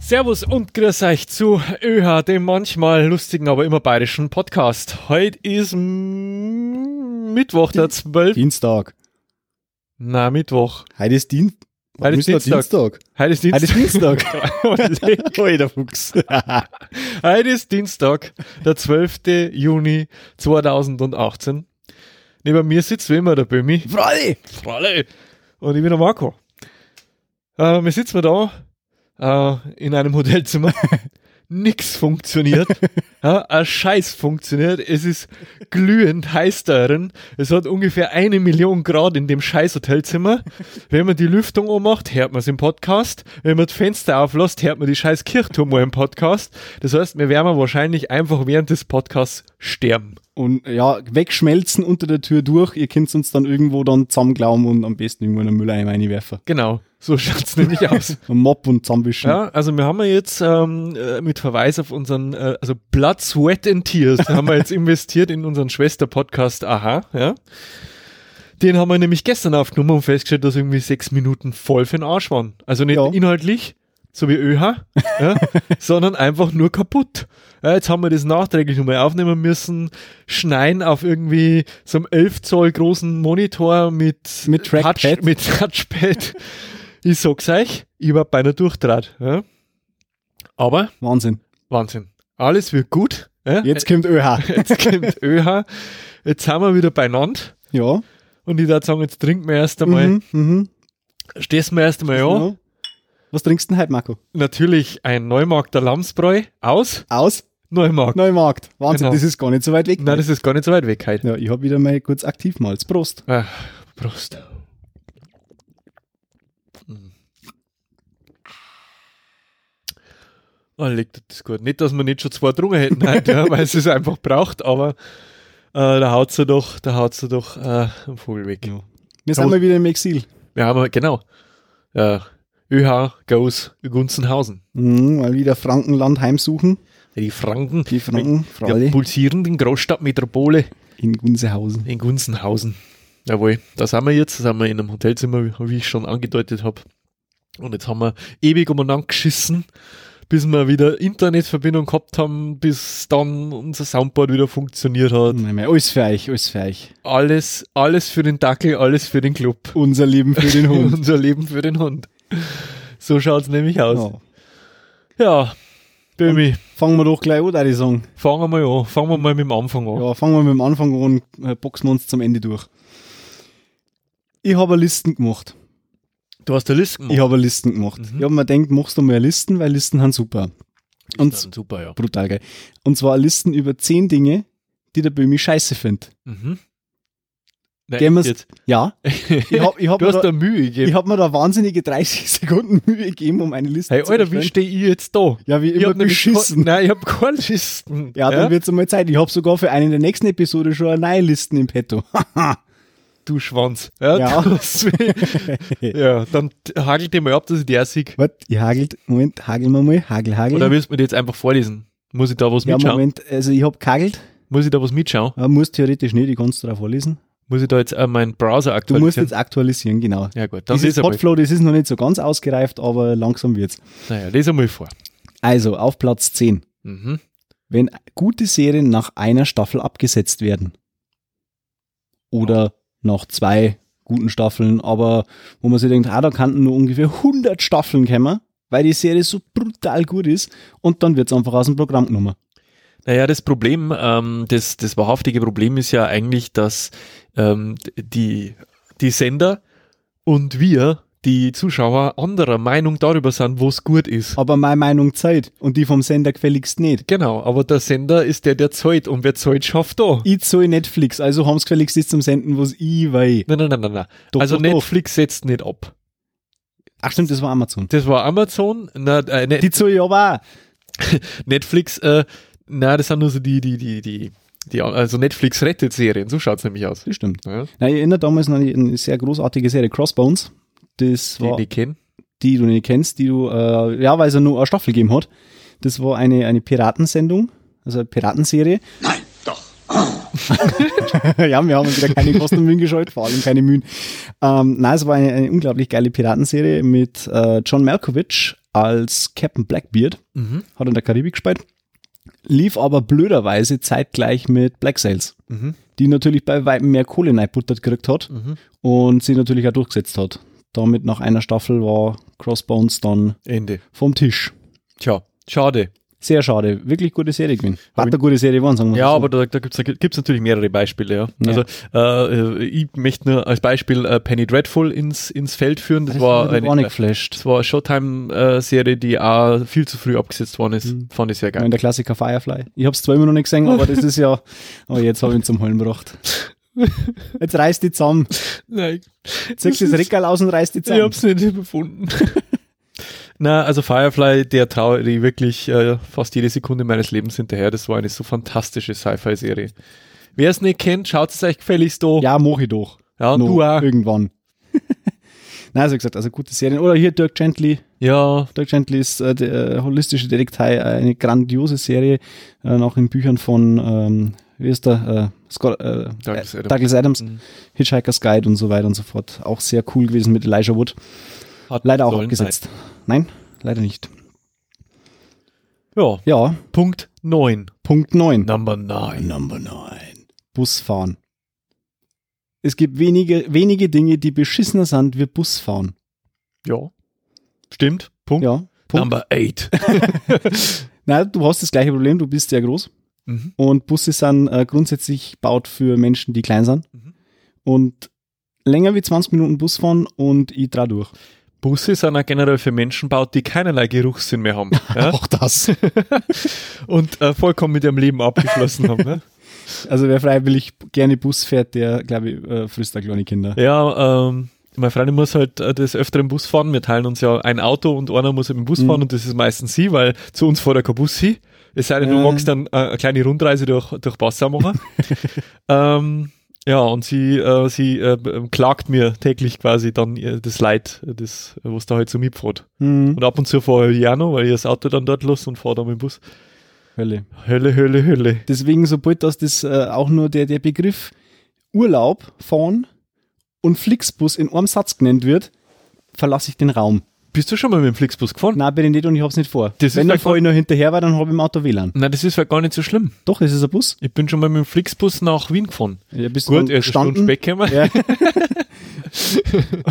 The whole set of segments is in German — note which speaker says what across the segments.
Speaker 1: Servus und grüß euch zu ÖH, dem manchmal lustigen, aber immer bayerischen Podcast. Heute ist M- Mittwoch, der 12.
Speaker 2: Dienstag.
Speaker 1: Na, Mittwoch.
Speaker 2: Heute ist, Dien
Speaker 1: Heute ist
Speaker 2: Warum da Dienstag.
Speaker 1: Heute ist
Speaker 2: Heute ist
Speaker 1: Dienstag.
Speaker 2: Dienstag. Oi, der Fuchs.
Speaker 1: Heute ist Dienstag, der 12. Juni 2018. Neben mir sitzt wie immer der Bömi.
Speaker 2: Freude!
Speaker 1: Fralle. Und ich bin der Marco. Äh, wir sitzen da äh, in einem Hotelzimmer. Nix funktioniert. ja, ein Scheiß funktioniert. Es ist glühend heiß da drin. Es hat ungefähr eine Million Grad in dem scheiß Hotelzimmer. Wenn man die Lüftung anmacht, hört man es im Podcast. Wenn man das Fenster auflässt, hört man die scheiß Kirchturmuhr im Podcast. Das heißt, wir werden wahrscheinlich einfach während des Podcasts sterben.
Speaker 2: Und ja, wegschmelzen unter der Tür durch. Ihr könnt uns dann irgendwo dann zusammenklauen und am besten irgendwo in den Mülleimer reinwerfen.
Speaker 1: Genau. So schaut's nämlich aus.
Speaker 2: Und Mob und zusammenwischen.
Speaker 1: Ja, also wir haben ja jetzt ähm, äh, mit Verweis auf unseren, äh, also Blood, Sweat and Tears, haben wir jetzt investiert in unseren Schwester-Podcast Aha, ja. Den haben wir nämlich gestern aufgenommen und festgestellt, dass irgendwie sechs Minuten voll für den Arsch waren. Also nicht
Speaker 2: Ja.
Speaker 1: inhaltlich, so wie ÖH, ja, sondern einfach nur kaputt. Ja, jetzt haben wir das nachträglich nochmal aufnehmen müssen, schneiden auf irgendwie so einem 11 Zoll großen Monitor mit,
Speaker 2: Mit Trackpad.
Speaker 1: Touch, mit Touchpad. Ich sag's euch, ich war beinahe durchtrat. Ja. Aber
Speaker 2: Wahnsinn.
Speaker 1: Wahnsinn. Alles wird gut. Ja.
Speaker 2: Jetzt kommt ÖH.
Speaker 1: jetzt kommt ÖH. Jetzt sind wir wieder beieinander.
Speaker 2: Ja.
Speaker 1: Und ich würde sagen, jetzt trinken wir erst einmal,
Speaker 2: Mhm, mhm.
Speaker 1: stehst wir erst einmal an.
Speaker 2: Ja. Was trinkst du denn heute, Marco?
Speaker 1: Natürlich ein Neumarkter Lamsbräu aus
Speaker 2: Aus
Speaker 1: Neumarkt.
Speaker 2: Neumarkt. Wahnsinn,
Speaker 1: Genau.
Speaker 2: das ist gar nicht so weit weg.
Speaker 1: Nein, das ist gar nicht so weit weg heute.
Speaker 2: ja, ich habe wieder mal kurz aktiv mal. Prost.
Speaker 1: Ach, Prost. Oh, liegt das gut. Nicht, dass wir nicht schon zwei drungen hätten, heute, ja, weil es es einfach braucht, aber äh, da haut sie doch, da haut sie doch äh, einen Vogel weg.
Speaker 2: Wir
Speaker 1: Prost.
Speaker 2: sind mal wieder im Exil.
Speaker 1: Wir haben, genau, äh, ÖH goes Gunzenhausen.
Speaker 2: Mhm, mal wieder Frankenland heimsuchen.
Speaker 1: Die Franken,
Speaker 2: Die Franken,
Speaker 1: der
Speaker 2: Freude.
Speaker 1: pulsierenden Großstadtmetropole
Speaker 2: in Gunzehausen.
Speaker 1: in Gunzenhausen. Jawohl, da sind wir jetzt, da sind wir in einem Hotelzimmer, wie- wie ich schon angedeutet habe. Und jetzt haben wir ewig umeinander geschissen, bis wir wieder Internetverbindung gehabt haben, bis dann unser Soundboard wieder funktioniert hat.
Speaker 2: Nein, mehr. Alles für euch, alles für euch.
Speaker 1: Alles, alles für den Dackel, alles für den Club.
Speaker 2: Unser Leben für den Hund.
Speaker 1: Unser Leben für den Hund. So schaut's nämlich aus.
Speaker 2: Ja.
Speaker 1: Ja, Bömi,
Speaker 2: Fangen wir doch gleich an, würde ich sagen.
Speaker 1: fangen wir mal an. Fangen wir mal mit dem Anfang an.
Speaker 2: Ja, fangen wir mit dem Anfang an und äh, boxen uns zum Ende durch. Ich habe Listen gemacht.
Speaker 1: Du hast eine Liste gemacht.
Speaker 2: Ich habe Listen gemacht.
Speaker 1: Mhm.
Speaker 2: Ich habe mir gedacht, machst du mal Listen, weil Listen sind super. Und z-
Speaker 1: super, ja.
Speaker 2: brutal geil. Und zwar Listen über zehn Dinge, die der Böhmi scheiße findet.
Speaker 1: Mhm. Nein,
Speaker 2: Gehen wir's-
Speaker 1: jetzt.
Speaker 2: Ja, ich habe ich hab
Speaker 1: Du
Speaker 2: mir,
Speaker 1: hast da
Speaker 2: da-
Speaker 1: Mühe gegeben.
Speaker 2: ich hab mir da wahnsinnige 30 Sekunden Mühe gegeben, um eine Liste
Speaker 1: Hey,
Speaker 2: zu
Speaker 1: Alter, wie
Speaker 2: erstellen.
Speaker 1: stehe ich jetzt da?
Speaker 2: Ja, wie
Speaker 1: ich
Speaker 2: immer
Speaker 1: nämlich
Speaker 2: beschissen.
Speaker 1: kein- Nein, ich habe keine Listen.
Speaker 2: Ja, dann wird's einmal Zeit. Ich hab sogar für eine der nächsten Episode schon eine neue Listen im Petto.
Speaker 1: du Schwanz. Ja,
Speaker 2: Ja.
Speaker 1: Du hast, ja dann hagel dir mal ab, dass ich der sieg.
Speaker 2: Was? Ihr hagelt, Moment, hageln wir mal, hagel, hagel.
Speaker 1: Oder willst du mir die jetzt einfach vorlesen? Muss ich da was
Speaker 2: Hm? ja,
Speaker 1: mitschauen?
Speaker 2: Moment, also ich hab kagelt,
Speaker 1: Muss ich da was mitschauen?
Speaker 2: aber muss theoretisch nicht, ich kann's drauf vorlesen.
Speaker 1: Muss ich da jetzt äh, meinen Browser
Speaker 2: Du musst
Speaker 1: aktualisieren?
Speaker 2: jetzt aktualisieren, genau.
Speaker 1: ja gut, dann
Speaker 2: Dieses
Speaker 1: lese einmal.
Speaker 2: Hotflow, das ist noch nicht so ganz ausgereift, aber langsam wird's.
Speaker 1: Naja, lese einmal vor.
Speaker 2: Also, auf Platz 10.
Speaker 1: Mhm.
Speaker 2: Wenn gute Serien nach einer Staffel abgesetzt werden. Oder nach zwei guten Staffeln, aber wo man sich denkt, ah, da kannten nur ungefähr 100 Staffeln kommen, weil die Serie so brutal gut ist und dann wird's einfach aus dem Programm genommen.
Speaker 1: Naja, das Problem, ähm, das, das wahrhaftige Problem ist ja eigentlich, dass ähm, die, die Sender und wir, die Zuschauer, anderer Meinung darüber sind, wo es gut ist.
Speaker 2: aber meine Meinung zählt und die vom Sender gefälligst nicht.
Speaker 1: Genau, aber der Sender ist der, der zahlt und wer zahlt, schafft da.
Speaker 2: Ich zahle Netflix, also haben sie gefälligst das zum Senden, was ich will.
Speaker 1: Nein, nein, nein, nein, nein.
Speaker 2: Doch,
Speaker 1: also
Speaker 2: doch, doch.
Speaker 1: Netflix setzt nicht ab.
Speaker 2: Ach stimmt, das war Amazon.
Speaker 1: Das war Amazon, na, äh, ne,
Speaker 2: Die zahle ich aber auch.
Speaker 1: Netflix, äh, na, das sind nur so die, die, die, die, die, also Netflix rettet Serien, so schaut's nämlich aus.
Speaker 2: Das stimmt.
Speaker 1: Ja,
Speaker 2: Na, ich erinnere damals an eine, eine sehr großartige Serie Crossbones. Das
Speaker 1: die,
Speaker 2: war
Speaker 1: die
Speaker 2: die,
Speaker 1: kennen.
Speaker 2: du nicht kennst, die du, äh, ja, weil es ja nur eine Staffel gegeben hat. Das war eine, eine Piratensendung, also eine Piratenserie.
Speaker 3: Nein, doch.
Speaker 2: ja, wir haben uns wieder keine Kosten und Mühen gescheut, vor allem keine Mühen. Ähm, nein, es war eine, eine unglaublich geile Piratenserie mit äh, John Malkovich als Captain Blackbeard,
Speaker 1: Mhm.
Speaker 2: hat in der Karibik gespielt, lief aber blöderweise zeitgleich mit Black Sails,
Speaker 1: Mhm.
Speaker 2: die natürlich bei weitem mehr Kohle reingebuttert gekriegt hat
Speaker 1: Mhm.
Speaker 2: und sie natürlich auch durchgesetzt hat. Damit nach einer Staffel war Crossbones dann
Speaker 1: Ende.
Speaker 2: vom Tisch.
Speaker 1: Tja, schade.
Speaker 2: Sehr schade. Wirklich gute Serie gewesen. Hat
Speaker 1: ich-
Speaker 2: eine gute Serie geworden, sagen wir
Speaker 1: Ja,
Speaker 2: so.
Speaker 1: aber da, da gibt's gibt's natürlich mehrere Beispiele. Ja.
Speaker 2: Ja.
Speaker 1: Also äh, ich möchte nur als Beispiel äh, Penny Dreadful ins, ins Feld führen. Das,
Speaker 2: das
Speaker 1: war
Speaker 2: hat mich
Speaker 1: eine,
Speaker 2: auch nicht geflasht.
Speaker 1: das war eine Showtime-Serie, die auch viel zu früh abgesetzt worden ist.
Speaker 2: Mhm.
Speaker 1: Fand ich sehr
Speaker 2: Ich
Speaker 1: geil.
Speaker 2: meine, der Klassiker Firefly. Ich habe es zwar immer noch nicht gesehen, aber das ist ja. Aber jetzt habe ich ihn zum Heulen gebracht. Jetzt reißt die zusammen.
Speaker 1: Nein,
Speaker 2: Ziehst das Rickerl aus und reißt die
Speaker 1: Ich
Speaker 2: zusammen.
Speaker 1: hab's nicht überfunden. Na, also Firefly, der traue ich wirklich äh, fast jede Sekunde meines Lebens hinterher. Das war eine so fantastische Sci-Fi-Serie. Wer es nicht kennt, schaut es euch gefälligst an.
Speaker 2: Ja, mach ich doch.
Speaker 1: ja
Speaker 2: Noch
Speaker 1: Ah, du auch.
Speaker 2: Irgendwann. Nein, also wie gesagt, also gute Serien. Oder hier Dirk Gently.
Speaker 1: Ja,
Speaker 2: Dirk Gently ist äh, der äh, holistische Detektei, äh, eine grandiose Serie, äh, auch in Büchern von, ähm, wie ist der, äh, Scott, äh,
Speaker 1: Douglas Adams.
Speaker 2: Douglas Adams, Douglas Adams
Speaker 1: Mhm.
Speaker 2: Hitchhiker's Guide und so weiter und so fort. Auch sehr cool gewesen mit Elijah Wood.
Speaker 1: hat
Speaker 2: Leider auch
Speaker 1: sollen
Speaker 2: abgesetzt. Nein, leider nicht.
Speaker 1: sein. Ja,
Speaker 2: Ja,
Speaker 1: Punkt 9.
Speaker 2: Punkt 9.
Speaker 1: Number 9.
Speaker 2: Number 9. Busfahren. Es gibt wenige, wenige Dinge, die beschissener sind wie Busfahren.
Speaker 1: Ja. Stimmt. Punkt.
Speaker 2: Ja, Punkt.
Speaker 1: Number 8.
Speaker 2: Na, du hast das gleiche Problem, du bist sehr groß.
Speaker 1: mhm.
Speaker 2: Und Busse sind äh, grundsätzlich baut für Menschen, die klein sind.
Speaker 1: Mhm.
Speaker 2: Und länger wie 20 Minuten Bus fahren und ich trau durch.
Speaker 1: Busse sind auch generell für Menschen baut, die keinerlei Geruchssinn mehr haben. ja?
Speaker 2: Auch das.
Speaker 1: Und äh, vollkommen mit ihrem Leben abgeschlossen haben. Ne?
Speaker 2: Also wer freiwillig gerne Bus fährt, der, glaube ich, äh, frisst da kleine Kinder.
Speaker 1: Ja, ähm, meine Freundin muss halt äh, des Öfteren Bus fahren. Wir teilen uns ja ein Auto und einer muss im Bus fahren und das ist meistens sie, weil zu uns fährt ja kein Bus hin. Es sei denn, du
Speaker 2: Ja.
Speaker 1: magst dann äh, eine kleine Rundreise durch, durch Passau machen. ähm, ja, und sie, äh, sie äh, b- klagt mir täglich quasi dann äh, das Leid, äh, das, äh, was da halt so mitfährt.
Speaker 2: Mhm.
Speaker 1: Und ab und zu fahre ich auch noch, weil ich das Auto dann dort lasse und fahre dann mit dem Bus.
Speaker 2: Hölle.
Speaker 1: Hölle, Hölle, Hölle.
Speaker 2: Deswegen, sobald das, das äh, auch nur der, der Begriff Urlaub fahren und Flixbus in einem Satz genannt wird, verlasse ich den Raum.
Speaker 1: Bist du schon mal mit dem Flixbus gefahren?
Speaker 2: Na, bin ich nicht und ich hab's nicht vor.
Speaker 1: Das ist
Speaker 2: Wenn
Speaker 1: ja
Speaker 2: dann fahre ich nur hinterher, weil dann habe ich im Auto WLAN.
Speaker 1: Nein, das ist ja gar nicht so schlimm.
Speaker 2: Doch, es ist ein Bus.
Speaker 1: Ich bin schon mal mit dem Flixbus nach Wien gefahren.
Speaker 2: Ja, bist
Speaker 1: Gut, erst eine Stunde spät gekommen.
Speaker 2: Ja.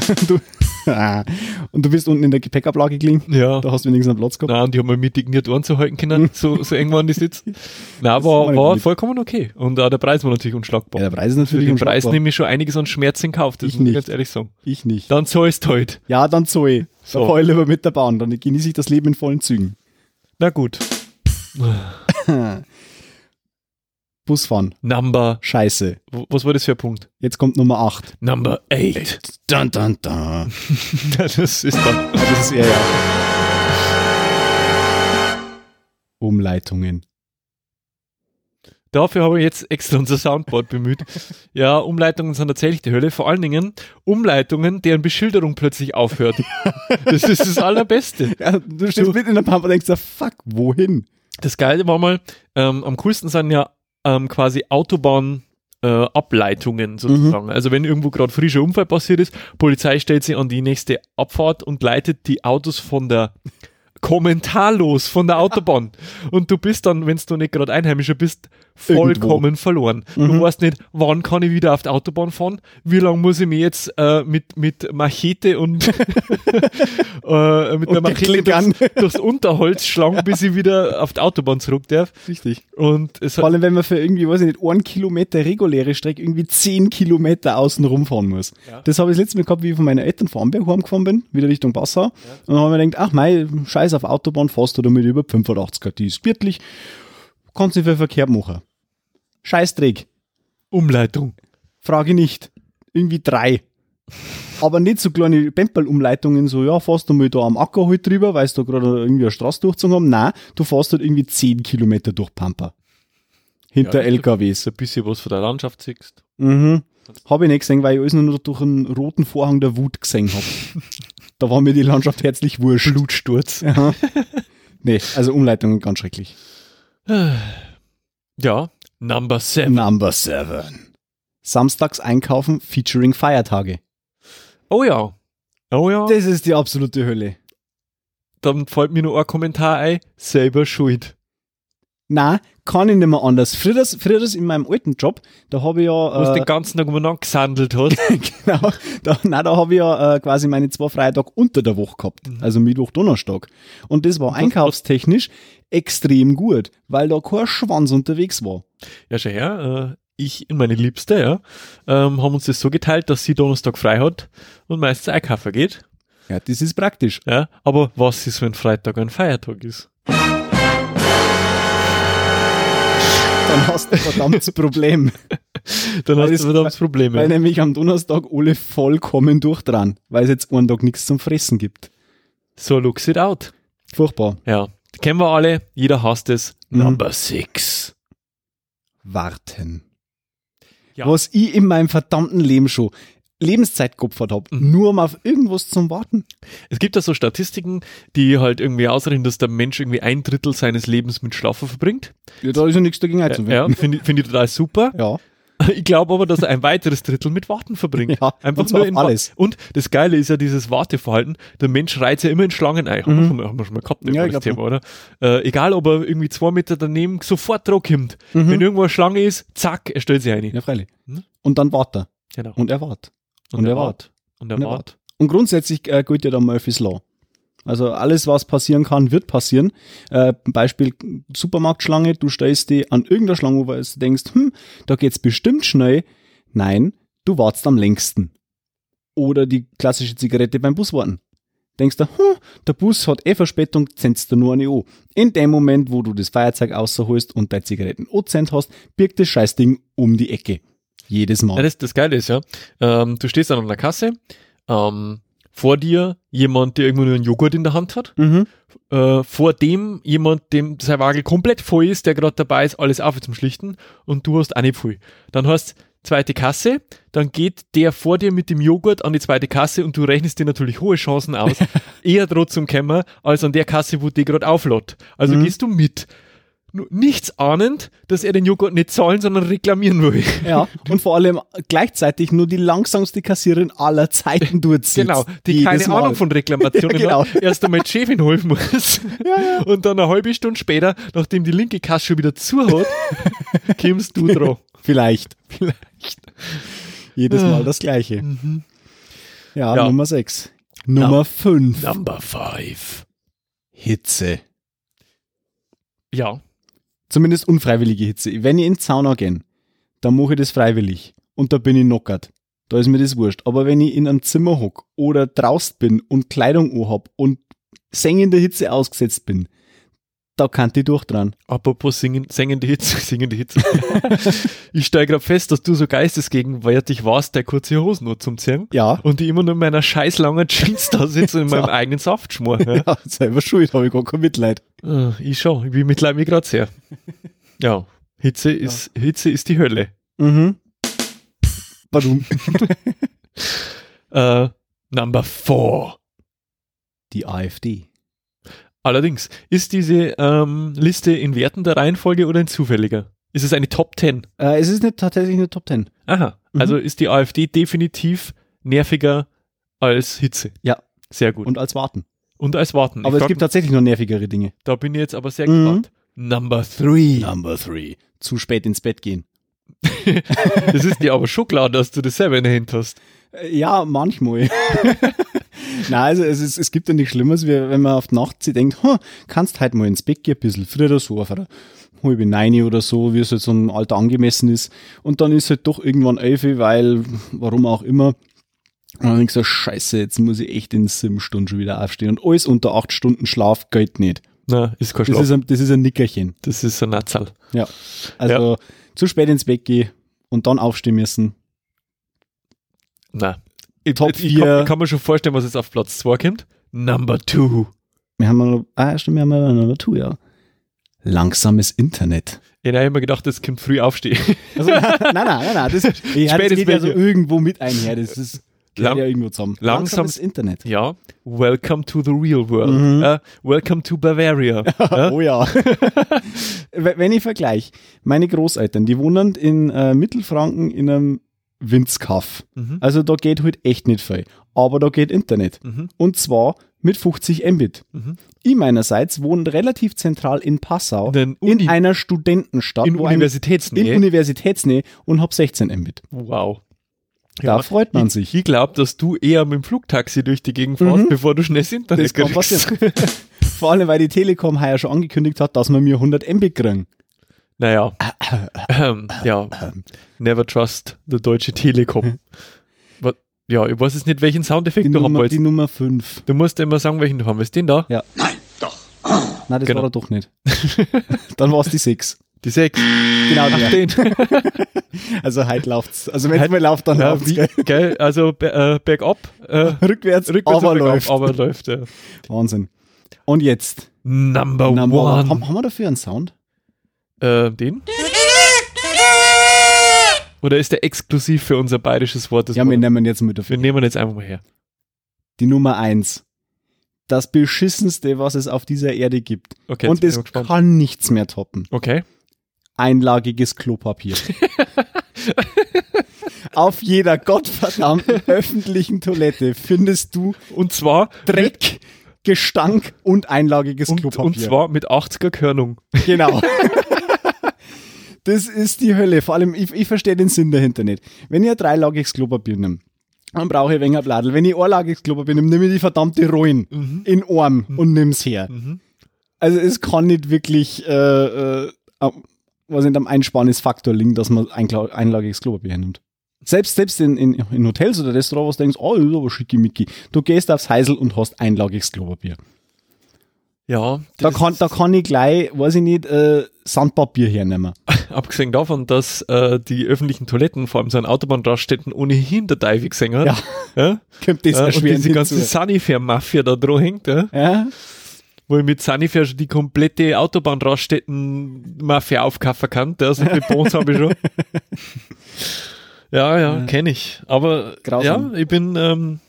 Speaker 2: und, du, Ah. und du bist unten in der Gepäckablage gelegen.
Speaker 1: Ja.
Speaker 2: Da hast du wenigstens einen Platz gehabt.
Speaker 1: Nein, die haben wir mit digniert anzuhalten können, so, so eng waren die Sitzen. Nein,
Speaker 2: war
Speaker 1: war,
Speaker 2: nicht
Speaker 1: war
Speaker 2: lieb.
Speaker 1: vollkommen okay. Und auch der Preis war natürlich unschlagbar.
Speaker 2: Ja, der Preis ist
Speaker 1: Für
Speaker 2: natürlich
Speaker 1: den Preis
Speaker 2: unschlagbar.
Speaker 1: nehme ich schon einiges an Schmerz in Kauf, das
Speaker 2: Ich
Speaker 1: muss ich
Speaker 2: nicht.
Speaker 1: ganz ehrlich sagen.
Speaker 2: Ich nicht.
Speaker 1: Dann zahlst du halt.
Speaker 2: Ja, dann Zoe.
Speaker 1: So.
Speaker 2: So. Da fahre ich lieber mit der Bahn. Dann genieße ich das Leben in vollen Zügen.
Speaker 1: Na gut.
Speaker 2: Busfahren.
Speaker 1: Number,
Speaker 2: Scheiße.
Speaker 1: w- was war das für ein Punkt?
Speaker 2: Jetzt kommt Nummer 8.
Speaker 1: Number 8.
Speaker 2: Dun, dun, dun.
Speaker 1: das ist dann.
Speaker 2: Das ist er ja. Umleitungen.
Speaker 1: Dafür habe ich jetzt extra unser Soundboard bemüht. Ja, Umleitungen sind tatsächlich die Hölle. Vor allen Dingen Umleitungen, deren Beschilderung plötzlich aufhört. Das ist das Allerbeste.
Speaker 2: Ja, du stehst mitten in der Pampa und denkst dir, fuck, wohin?
Speaker 1: Das Geile war mal, ähm, am coolsten sind ja ähm, quasi Autobahn. Äh, Ableitungen sozusagen. Also wenn irgendwo gerade frischer Unfall passiert ist, Polizei stellt sich an die nächste Abfahrt und leitet die Autos von der kommentarlos von der Autobahn. Und du bist dann, wenn du nicht gerade Einheimischer bist, vollkommen verloren. Du weißt nicht, wann kann ich wieder auf die Autobahn fahren, wie lange muss ich mir jetzt äh, mit, mit Machete und äh, mit der
Speaker 2: Und
Speaker 1: Machete
Speaker 2: Klick an.
Speaker 1: durchs, durchs Unterholz schlagen, bis ich wieder auf die Autobahn zurück darf.
Speaker 2: Richtig.
Speaker 1: Und es
Speaker 2: Vor
Speaker 1: hat,
Speaker 2: allem, wenn man für irgendwie, weiß ich nicht, einen Kilometer reguläre Strecke irgendwie zehn Kilometer außen rumfahren muss.
Speaker 1: Ja.
Speaker 2: Das habe ich das letzte Mal gehabt, wie ich von meinen Eltern von Amberg heimgefahren bin, wieder Richtung Passau. Und dann habe ich mir gedacht, ach mei, scheiß auf Autobahn, fährst du damit über 85er, die ist viertlich, kannst nicht viel Verkehr machen. Scheißdreck,
Speaker 1: Umleitung.
Speaker 2: frage nicht. Irgendwie drei. Aber nicht so kleine Bempel-Umleitungen, so, ja, fährst du mal da am Acker halt drüber, weil du gerade irgendwie eine Straße durchzogen haben. Nein, du fährst halt irgendwie zehn Kilometer durch Pampa. Hinter
Speaker 1: Ja,
Speaker 2: LKWs.
Speaker 1: So ein bisschen was von der Landschaft siehst.
Speaker 2: Mhm. Habe ich nicht gesehen, weil ich alles nur durch einen roten Vorhang der Wut gesehen habe. da war mir die Landschaft herzlich wurscht.
Speaker 1: Blutsturz.
Speaker 2: Aha. nee, also Umleitungen ganz schrecklich.
Speaker 1: Ja, Number 7.
Speaker 2: Number seven. Samstags einkaufen featuring Feiertage.
Speaker 1: Oh ja. Oh ja.
Speaker 2: Das ist die absolute Hölle.
Speaker 1: dann fällt mir nur ein Kommentar ein, selber schuld.
Speaker 2: Na, kann ich nicht mehr anders. Früher, früher in meinem alten Job, da habe ich
Speaker 1: Du hast
Speaker 2: ja. Äh,
Speaker 1: den ganzen Tag umeinander gesandelt hast.
Speaker 2: genau, da, nein, da habe ich ja äh, quasi meine zwei Freitage unter der Woche gehabt.
Speaker 1: Mhm.
Speaker 2: Also Mittwoch, Donnerstag. Und das war einkaufstechnisch extrem gut, weil da kein Schwanz unterwegs war.
Speaker 1: Ja, schau her. Äh, ich und meine Liebste, ja, ähm, haben uns das so geteilt, dass sie Donnerstag frei hat und meistens einkaufen geht.
Speaker 2: Ja, das ist praktisch.
Speaker 1: Ja, aber was ist, wenn Freitag ein Feiertag ist?
Speaker 2: Dann hast du ein verdammtes Problem.
Speaker 1: Dann
Speaker 2: Weil
Speaker 1: hast
Speaker 2: es-
Speaker 1: du verdammt Probleme.
Speaker 2: Weil nämlich am Donnerstag alle vollkommen durchdran, weil es jetzt einen Tag nichts zum Fressen gibt.
Speaker 1: So looks it out.
Speaker 2: Furchtbar.
Speaker 1: Ja, kennen wir alle. Jeder hasst es.
Speaker 2: Mhm.
Speaker 1: Number six.
Speaker 2: Warten.
Speaker 1: Ja.
Speaker 2: Was ich in meinem verdammten Leben schon Lebenszeit geopfert habe,
Speaker 1: Mhm.
Speaker 2: nur um auf irgendwas zum Warten.
Speaker 1: Es gibt da so Statistiken, die halt irgendwie ausrechnen, dass der Mensch irgendwie ein Drittel seines Lebens mit Schlafen verbringt.
Speaker 2: Ja, da ist ja nichts dagegen
Speaker 1: Ja, finde ich- finde ich total super.
Speaker 2: Ja.
Speaker 1: Ich glaube aber, dass er ein weiteres Drittel mit Warten verbringt.
Speaker 2: Ja, und zwar auf
Speaker 1: Wa-
Speaker 2: alles.
Speaker 1: Und das Geile ist ja dieses Warteverhalten. Der Mensch reiht ja immer in Schlangen ein. Haben, wir, schon, mal- haben wir schon mal gehabt,
Speaker 2: Mhm. Ja,
Speaker 1: ja,
Speaker 2: ich
Speaker 1: das
Speaker 2: glaub
Speaker 1: Thema, oder? Äh, egal, ob er irgendwie zwei Meter daneben sofort drauf kommt. Wenn irgendwo eine Schlange ist, zack, er stellt sich ein.
Speaker 2: Mhm. Ja, freilich.
Speaker 1: Mhm.
Speaker 2: Und dann wartet er.
Speaker 1: Genau.
Speaker 2: Und er wartet. Und, er wartet.
Speaker 1: Und er
Speaker 2: Und er
Speaker 1: wart.
Speaker 2: Und grundsätzlich äh, gilt ja dann Murphy's Law. Also alles, was passieren kann, wird passieren. Äh, Beispiel Supermarktschlange, du stellst die an irgendeiner Schlange, weil du denkst, hm, da geht's bestimmt schnell. Nein, du wartest am längsten. Oder die klassische Zigarette beim Buswarten. Denkst du, hm, der Bus hat eh Verspätung, zendst du nur eine O. In dem Moment, wo du das Feuerzeug rausholst und deine Zigaretten O-Cent hast, birgt das Scheißding um die Ecke. Jedes Mal.
Speaker 1: Ja, das, das Geile ist ja, ähm, du stehst an einer Kasse, ähm, vor dir jemand, der irgendwo nur einen Joghurt in der Hand hat,
Speaker 2: mhm.
Speaker 1: äh, vor dem jemand, dem sein Wagel komplett voll ist, der gerade dabei ist, alles auf zum Schlichten und du hast auch nicht voll. Dann hast zweite Kasse, dann geht der vor dir mit dem Joghurt an die zweite Kasse und du rechnest dir natürlich hohe Chancen aus, eher droht zum Kämmer, als an der Kasse, wo die gerade auflott. Also
Speaker 2: Mhm.
Speaker 1: gehst du mit. Nur Nichts ahnend, dass er den Joghurt nicht zahlen, sondern reklamieren will.
Speaker 2: Ja, und vor allem gleichzeitig nur die langsamste Kassiererin aller Zeiten durchzieht.
Speaker 1: Genau, die keine Ahnung von Reklamationen
Speaker 2: Ja, genau.
Speaker 1: hat, erst einmal die Chefin helfen muss. Und dann eine halbe Stunde später, nachdem die linke Kasse schon wieder zu hat, kommst du drauf.
Speaker 2: Vielleicht.
Speaker 1: Vielleicht.
Speaker 2: Jedes Mal das Gleiche.
Speaker 1: Mhm.
Speaker 2: Ja,
Speaker 1: Ja.
Speaker 2: Nummer 6. Nummer 5.
Speaker 1: Number five.
Speaker 2: Hitze.
Speaker 1: Ja,
Speaker 2: Zumindest unfreiwillige Hitze. Wenn ich in die Sauna gehe, dann mache ich das freiwillig. Und da bin ich knockert. Da ist mir das wurscht. Aber wenn ich in einem Zimmer hock oder draußen bin und Kleidung hab und sengender Hitze ausgesetzt bin, da kann ich durch dran.
Speaker 1: apropos singen, singende Hitze, singende Hitze. ich stelle gerade fest, dass du so geistesgegenwärtig warst, der kurze Hosen nur zum Ziehen.
Speaker 2: Ja.
Speaker 1: Und die immer nur in meiner scheiß langen Jeans da sitze und in meinem eigenen Saft schmor. Ja.
Speaker 2: Ja, selber schuld, habe ich gar kein Mitleid.
Speaker 1: Äh, Ich schon, ich bin mittlerweile mich gerade sehr. Ja, Hitze ist, Hitze ist die Hölle.
Speaker 2: Mhm. Badum.
Speaker 1: Äh, number four.
Speaker 2: Die AfD.
Speaker 1: Allerdings, ist diese ähm, Liste in wertender Reihenfolge oder in zufälliger? Ist es eine Top 10?
Speaker 2: Äh, es ist nicht tatsächlich eine Top Ten.
Speaker 1: Aha.
Speaker 2: Mhm.
Speaker 1: Also ist die AfD definitiv nerviger als Hitze.
Speaker 2: Ja.
Speaker 1: Sehr gut. Und,
Speaker 2: Und als Warten.
Speaker 1: als Warten.
Speaker 2: Aber
Speaker 1: Ich
Speaker 2: es
Speaker 1: frag
Speaker 2: gibt
Speaker 1: mich,
Speaker 2: tatsächlich noch nervigere Dinge.
Speaker 1: da bin ich jetzt aber sehr
Speaker 2: Mhm.
Speaker 1: gespannt. Number three.
Speaker 2: Number three. Zu spät ins Bett gehen.
Speaker 1: Das ist dir aber schon klar, dass du das selber in der Hand hast.
Speaker 2: Äh, Ja, manchmal. Na, also es, ist, es gibt ja nichts Schlimmes, wie wenn man auf die Nacht sich denkt, "Hm, kannst halt mal ins Bett gehen, ein bisschen früher oder so, auf einer halbe Neine oder so, wie es halt so ein Alter angemessen ist. Und dann ist halt doch irgendwann elf, weil, warum auch immer. Und dann denkst du, scheiße, jetzt muss ich echt in sieben Stunden schon wieder aufstehen. Und alles unter acht Stunden Schlaf gilt nicht.
Speaker 1: Na, ist kein
Speaker 2: Das
Speaker 1: Schlaf.
Speaker 2: ist, ein, das ist ein Nickerchen.
Speaker 1: Das ist ein Natzal.
Speaker 2: Ja. Also zu spät ins Bett gehen und dann aufstehen müssen.
Speaker 1: Na. Ich,
Speaker 2: Top
Speaker 1: ich, ich, kann,
Speaker 2: vier.
Speaker 1: ich kann mir schon vorstellen, was jetzt auf Platz 2 kommt. Number two.
Speaker 2: Wir haben noch, ah, stimmt, wir haben noch eine Natur, ja. Langsames Internet.
Speaker 1: Ja, da hab Ich habe immer gedacht, das kommt früh aufstehen.
Speaker 2: Also, nein, nein, nein, nein, das, ja, das
Speaker 1: ins
Speaker 2: geht ja
Speaker 1: Bett
Speaker 2: so
Speaker 1: gehen.
Speaker 2: irgendwo mit einher, das ist, geht
Speaker 1: Lang-
Speaker 2: ja irgendwo zusammen.
Speaker 1: langsames-
Speaker 2: Internet.
Speaker 1: Ja, welcome to the real world. Äh, welcome to Bavaria.
Speaker 2: Oh Mhm. ja. W- Wenn ich vergleiche, meine Großeltern, die wohnen in äh, Mittelfranken in einem Vince Kaff.
Speaker 1: Mhm.
Speaker 2: Also da geht halt echt nicht viel. Aber da geht Internet.
Speaker 1: Mhm.
Speaker 2: Und zwar mit 50 Mbit.
Speaker 1: Mhm.
Speaker 2: Ich meinerseits wohne relativ zentral in Passau,
Speaker 1: Den
Speaker 2: in
Speaker 1: Uni-
Speaker 2: einer Studentenstadt,
Speaker 1: In
Speaker 2: wo ein- in
Speaker 1: Universitätsnähe.
Speaker 2: Universitätsnähe und habe 16 Mbit.
Speaker 1: wow.
Speaker 2: Da freut man sich.
Speaker 1: Ich, ich glaube, dass du eher mit dem Flugtaxi durch die Gegend
Speaker 2: Mhm.
Speaker 1: fährst, bevor du schnell das Internet
Speaker 2: Das kann Vor allem, weil die Telekom heuer schon angekündigt hat, dass wir mir 100 Mbit kriegen.
Speaker 1: naja.
Speaker 2: Ah,
Speaker 1: Ähm, ja. Never trust the Deutsche Telekom. Wa- ja, ich weiß jetzt nicht, welchen Soundeffekt
Speaker 2: Mhm. Die
Speaker 1: du haben
Speaker 2: Nummer, die
Speaker 1: wolltest.
Speaker 2: Nummer 5.
Speaker 1: Du musst immer sagen, welchen du haben willst. Den da?
Speaker 2: Nein, das
Speaker 1: Genau.
Speaker 2: war er doch nicht. Dann war es die 6.
Speaker 1: Die 6.
Speaker 2: Genau,
Speaker 1: Ach,
Speaker 2: der.
Speaker 1: den.
Speaker 2: Also heute läuft's. Also wenn es
Speaker 1: Heute-
Speaker 2: mal läuft, dann
Speaker 1: ja,
Speaker 2: läuft's.
Speaker 1: wie,
Speaker 2: gell?
Speaker 1: geil, also be äh, bergab. Äh,
Speaker 2: Rückwärts,
Speaker 1: rückwärts
Speaker 2: aber
Speaker 1: und bergab,
Speaker 2: läuft.
Speaker 1: aber läuft. Ja.
Speaker 2: Wahnsinn. Und jetzt?
Speaker 1: Number,
Speaker 2: Number one.
Speaker 1: one.
Speaker 2: Haben, haben wir dafür einen Sound?
Speaker 1: Äh, den? Oder ist der exklusiv für unser bayerisches Wort? des
Speaker 2: ja, wir
Speaker 1: Monats?
Speaker 2: nehmen jetzt mit dafür.
Speaker 1: wir nehmen ihn jetzt einfach mal her.
Speaker 2: Die Nummer 1. Das beschissenste, was es auf dieser Erde gibt.
Speaker 1: Okay,
Speaker 2: Und
Speaker 1: jetzt
Speaker 2: es
Speaker 1: bin ich mal gespannt.
Speaker 2: kann nichts mehr toppen.
Speaker 1: Okay.
Speaker 2: einlagiges Klopapier. Auf jeder gottverdammten öffentlichen Toilette findest du
Speaker 1: Und zwar,
Speaker 2: Dreck, Gestank und einlagiges
Speaker 1: und,
Speaker 2: Klopapier.
Speaker 1: und zwar mit 80er Körnung.
Speaker 2: Genau. Das ist die Hölle. Vor allem, ich, ich verstehe den Sinn dahinter nicht. Wenn ihr dreilagiges Klopapier nehmt, dann brauche ich weniger Bladel. Wenn ich einlagiges Klopapier nehme, nehme ich die verdammte Rollen in Arm und nimm's her. Also es kann nicht wirklich äh, äh, am- was nicht am Einsparnisfaktor liegen, dass man ein Kla- einlagiges Klopapier nimmt. Selbst, selbst in, in, in Hotels oder Restaurants denkst, oh, das ist aber schickimicki. Du gehst aufs Heisel und hast einlagiges Klopapier.
Speaker 1: Ja,
Speaker 2: Da
Speaker 1: das
Speaker 2: kann, da kann ich gleich, weiß ich nicht, äh, Sandpapier hernehmen.
Speaker 1: abgesehen davon, dass äh, die öffentlichen Toiletten, vor allem so an Autobahnraststätten, ohnehin der Diving sänger
Speaker 2: Ja.
Speaker 1: ja?
Speaker 2: Kommt das
Speaker 1: Äh, und
Speaker 2: erschwerend
Speaker 1: diese ganze
Speaker 2: hinzu.
Speaker 1: Sanifair-Mafia da dran hängt, ja?
Speaker 2: ja?
Speaker 1: wo ich mit Sanifair schon die komplette Autobahnraststätten-Mafia aufkaufen kann. Ja, so viel Bons habe ich schon. Ja, ja, kenne ich. Aber
Speaker 2: Grausam.
Speaker 1: ja, ich bin, ähm,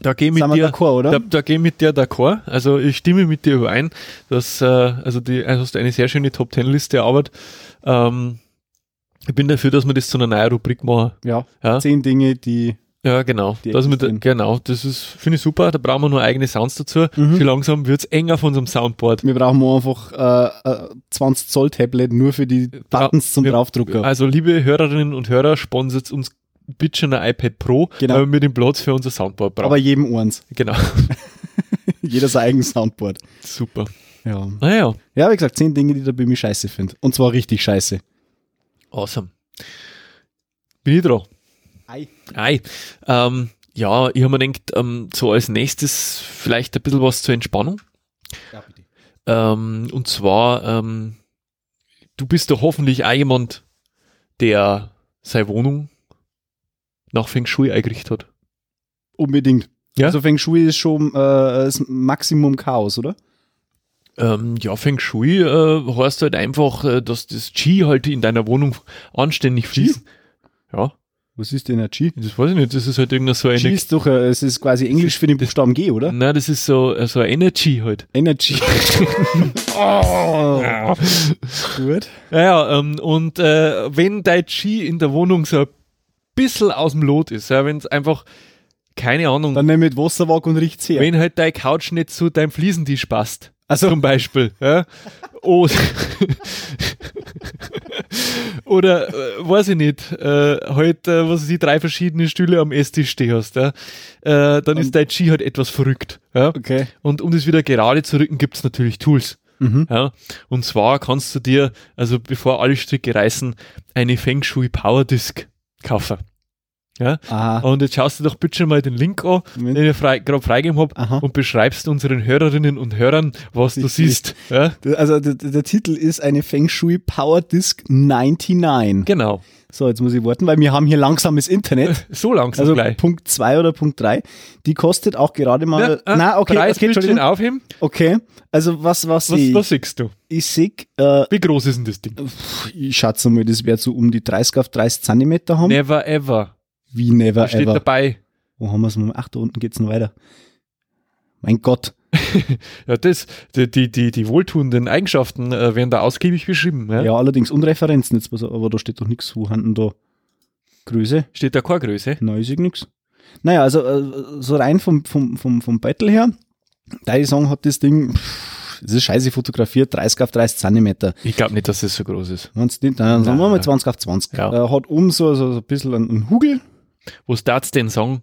Speaker 1: da gehe mit
Speaker 2: Sind wir
Speaker 1: dir,
Speaker 2: d'accord, oder?
Speaker 1: da, da gehe mit dir d'accord. Also ich stimme mit dir überein, dass, äh, also die, also hast du eine sehr schöne Top Ten Liste erarbeitet. Ähm, ich bin dafür, dass wir das zu einer neuen Rubrik machen.
Speaker 2: ja.
Speaker 1: Ja,
Speaker 2: Zehn Dinge, die.
Speaker 1: ja genau.
Speaker 2: Die
Speaker 1: Dass wir, da-
Speaker 2: existieren.
Speaker 1: genau, das ist, finde ich super. Da brauchen wir nur eigene Sounds dazu.
Speaker 2: Mhm.
Speaker 1: Schon langsam wird's eng auf unserem Soundboard.
Speaker 2: Wir brauchen mal einfach äh, äh, 20 Zoll Tablet nur für die Buttons zum
Speaker 1: Äh, wir-
Speaker 2: Draufdrucker.
Speaker 1: Also, liebe Hörerinnen und Hörer, sponsert uns bitte schon ein iPad Pro,
Speaker 2: Genau.
Speaker 1: weil wir den Platz für unser Soundboard brauchen.
Speaker 2: aber jedem eins.
Speaker 1: genau,
Speaker 2: Jeder sein eigenes Soundboard.
Speaker 1: super.
Speaker 2: Ja.
Speaker 1: Naja,
Speaker 2: Ja, wie gesagt, zehn Dinge, die der Bimi scheiße findet. Und zwar richtig scheiße.
Speaker 1: awesome. Bin ich dran.
Speaker 2: Ei.
Speaker 1: Hi. Ähm, ja, ich habe mir gedacht, ähm, so als nächstes vielleicht ein bisschen was zur Entspannung.
Speaker 2: Ja, bitte.
Speaker 1: Ähm, und zwar, ähm, du bist doch hoffentlich auch jemand, der seine Wohnung nach Feng Shui eingerichtet hat.
Speaker 2: Unbedingt.
Speaker 1: Ja?
Speaker 2: Also Feng Shui ist schon äh, das Maximum Chaos, oder?
Speaker 1: Ähm, ja, Feng Shui äh, heißt halt einfach, äh, dass das Qi halt in deiner Wohnung anständig fließt. Ja,
Speaker 2: Was ist denn ein G?
Speaker 1: das weiß ich nicht. Das ist halt irgendeine so
Speaker 2: G
Speaker 1: eine.
Speaker 2: ist doch, äh, es ist quasi Englisch für den Buchstaben G, oder?
Speaker 1: Nein, das ist so, äh, so eine Energy halt.
Speaker 2: Energy. oh,
Speaker 1: Ja,
Speaker 2: gut.
Speaker 1: ja ähm, und äh, wenn dein Qi in der Wohnung so ein bisschen aus dem Lot ist, ja, wenn es einfach, keine Ahnung,
Speaker 2: Dann nehme ich Wasserwag und riecht's her.
Speaker 1: wenn halt dein Couch nicht zu deinem Fliesentisch passt.
Speaker 2: Also,
Speaker 1: zum Beispiel. Ja? Oder, oder äh, weiß ich nicht, äh, halt, äh, was die drei verschiedene Stühle am Esstisch stehen hast, ja? äh, dann ist dein G halt etwas verrückt. Ja?
Speaker 2: okay.
Speaker 1: Und um das wieder gerade zu rücken, gibt's natürlich Tools.
Speaker 2: Mhm.
Speaker 1: Ja? Und zwar kannst du dir, also bevor alle Stricke reißen, eine Feng Shui Power Disc kaufen. Ja?
Speaker 2: Aha.
Speaker 1: Und jetzt schaust du doch bitte mal den Link an,
Speaker 2: Moment.
Speaker 1: den ich frei, gerade freigegeben habe,
Speaker 2: Aha.
Speaker 1: und beschreibst unseren Hörerinnen und Hörern, was du
Speaker 2: Ich-
Speaker 1: siehst. Ja?
Speaker 2: D- Also der, der der Titel ist eine Feng Shui Power Disc 99.
Speaker 1: Genau.
Speaker 2: So, jetzt muss ich warten, weil wir haben hier langsames Internet.
Speaker 1: So langsam
Speaker 2: Also
Speaker 1: Äh, gleich.
Speaker 2: Punkt 2 oder Punkt 3. Die kostet auch gerade mal.
Speaker 1: Na,
Speaker 2: äh, Na, okay,
Speaker 1: Preis
Speaker 2: okay,
Speaker 1: bisschen
Speaker 2: Entschuldigung.
Speaker 1: äh, aufheben.
Speaker 2: Okay. Also was, was,
Speaker 1: Was,
Speaker 2: ich,
Speaker 1: was siehst du?
Speaker 2: ich sehe, äh,
Speaker 1: Wie groß ist denn das Ding?
Speaker 2: pff, ich schätze mal, das wird so um die 30 auf 30 Zentimeter haben.
Speaker 1: Never ever.
Speaker 2: Wie never
Speaker 1: Da steht
Speaker 2: ever.
Speaker 1: dabei.
Speaker 2: Wo haben wir es mal? Ach, da unten geht's noch weiter. Mein Gott.
Speaker 1: Ja, das, die, die, die, die wohltuenden Eigenschaften äh, werden da ausgiebig beschrieben. Ja?
Speaker 2: Ja, allerdings und Referenzen jetzt, was- aber da steht doch nichts vorhanden da. Größe,
Speaker 1: Steht da keine Größe?
Speaker 2: nein, ist nix. Naja, also äh, so rein vom, vom, vom, vom Battle her, Deine Song hat das Ding, pff, das ist scheiße fotografiert, 30 auf 30 Zentimeter.
Speaker 1: Ich glaube nicht, dass das so groß ist.
Speaker 2: Wenn's nicht, dann sagen wir mal
Speaker 1: Nein.
Speaker 2: 20 auf 20.
Speaker 1: Ja.
Speaker 2: Äh, hat um so, so, so ein bisschen einen, einen Hugel.
Speaker 1: Was darfst den Song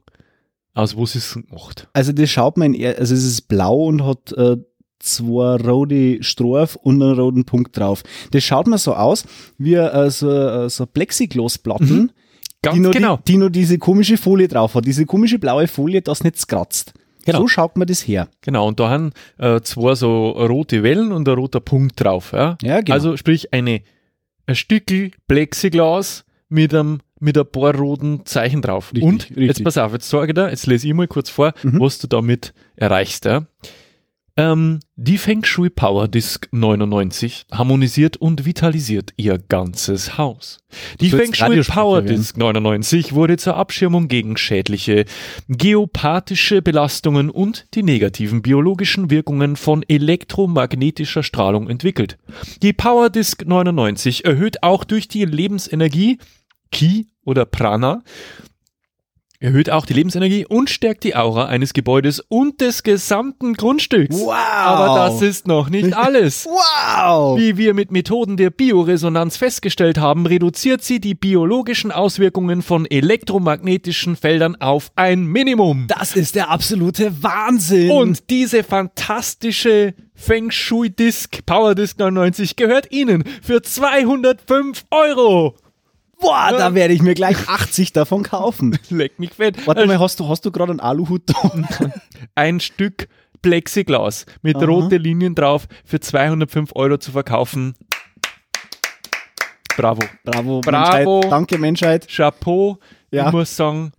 Speaker 1: aus was ist gemacht?
Speaker 2: Also das schaut man, in er- also es ist blau und hat äh, zwei rote Strophe und einen roten Punkt drauf. Das schaut man so aus wie äh, so, äh, so Plexiglasplatten,
Speaker 1: Mhm, Ganz
Speaker 2: die, nur
Speaker 1: genau.
Speaker 2: die, die nur diese komische Folie drauf hat. Diese komische blaue Folie, das nicht kratzt.
Speaker 1: Genau.
Speaker 2: So schaut man das her.
Speaker 1: Genau, und da haben äh, zwei so rote Wellen und ein roter Punkt drauf. Ja?
Speaker 2: Ja, genau.
Speaker 1: Also sprich eine ein Stückel Plexiglas mit einem mit ein paar roten Zeichen drauf.
Speaker 2: Richtig,
Speaker 1: und jetzt
Speaker 2: richtig.
Speaker 1: pass auf, jetzt sage ich dir, jetzt lese ich mal kurz vor,
Speaker 2: Mhm.
Speaker 1: was du damit erreichst. Ja? Ähm, die Feng Shui Power Disc 99 harmonisiert und vitalisiert ihr ganzes Haus. Die
Speaker 2: sollst
Speaker 1: Feng Shui
Speaker 2: Radiosprecher
Speaker 1: Power
Speaker 2: werden.
Speaker 1: Disc 99 wurde zur Abschirmung gegen schädliche geopathische Belastungen und die negativen biologischen Wirkungen von elektromagnetischer Strahlung entwickelt. Die Power Disc 99 erhöht auch durch die Lebensenergie Ki oder Prana erhöht auch die Lebensenergie und stärkt die Aura eines Gebäudes und des gesamten Grundstücks.
Speaker 2: Wow.
Speaker 1: Aber das ist noch nicht alles.
Speaker 2: Wow!
Speaker 1: Wie wir mit Methoden der Bioresonanz festgestellt haben, reduziert sie die biologischen Auswirkungen von elektromagnetischen Feldern auf ein Minimum.
Speaker 2: Das ist der absolute Wahnsinn!
Speaker 1: Und diese fantastische Feng Shui Disc Power Disc 99 gehört Ihnen für 205 Euro.
Speaker 2: boah, da werde ich mir gleich 80 davon kaufen.
Speaker 1: Leck mich fett.
Speaker 2: Warte mal, hast du, hast du gerade einen Aluhut da?
Speaker 1: ein Stück Plexiglas mit
Speaker 2: Aha.
Speaker 1: roten Linien drauf für 205 Euro zu verkaufen. Bravo.
Speaker 2: Bravo,
Speaker 1: Bravo.
Speaker 2: Menschheit. Danke, Menschheit.
Speaker 1: Chapeau.
Speaker 2: Ja.
Speaker 1: Ich muss sagen,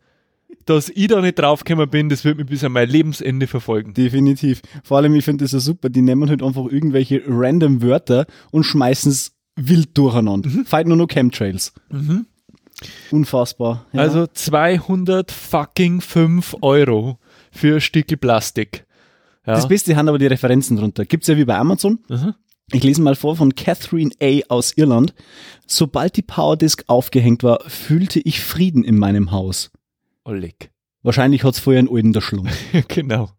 Speaker 1: dass ich da nicht draufgekommen bin, das wird mich bis an mein Lebensende verfolgen.
Speaker 2: Definitiv. Vor allem, ich finde das ja super. Die nehmen halt einfach irgendwelche random Wörter und schmeißen es wild durcheinander.
Speaker 1: Mhm.
Speaker 2: Fight nur noch Chemtrails. Unfassbar. Ja.
Speaker 1: Also 200 fucking 5 Euro für ein Stück Plastik. Ja.
Speaker 2: das Beste haben aber die Referenzen drunter. Gibt's ja wie bei Amazon.
Speaker 1: Mhm.
Speaker 2: Ich lese mal vor von Catherine A. aus Irland. Sobald die Powerdisk aufgehängt war, fühlte ich Frieden in meinem Haus.
Speaker 1: Oleg.
Speaker 2: Wahrscheinlich hat's vorher einen alten der Schlumpf.
Speaker 1: genau.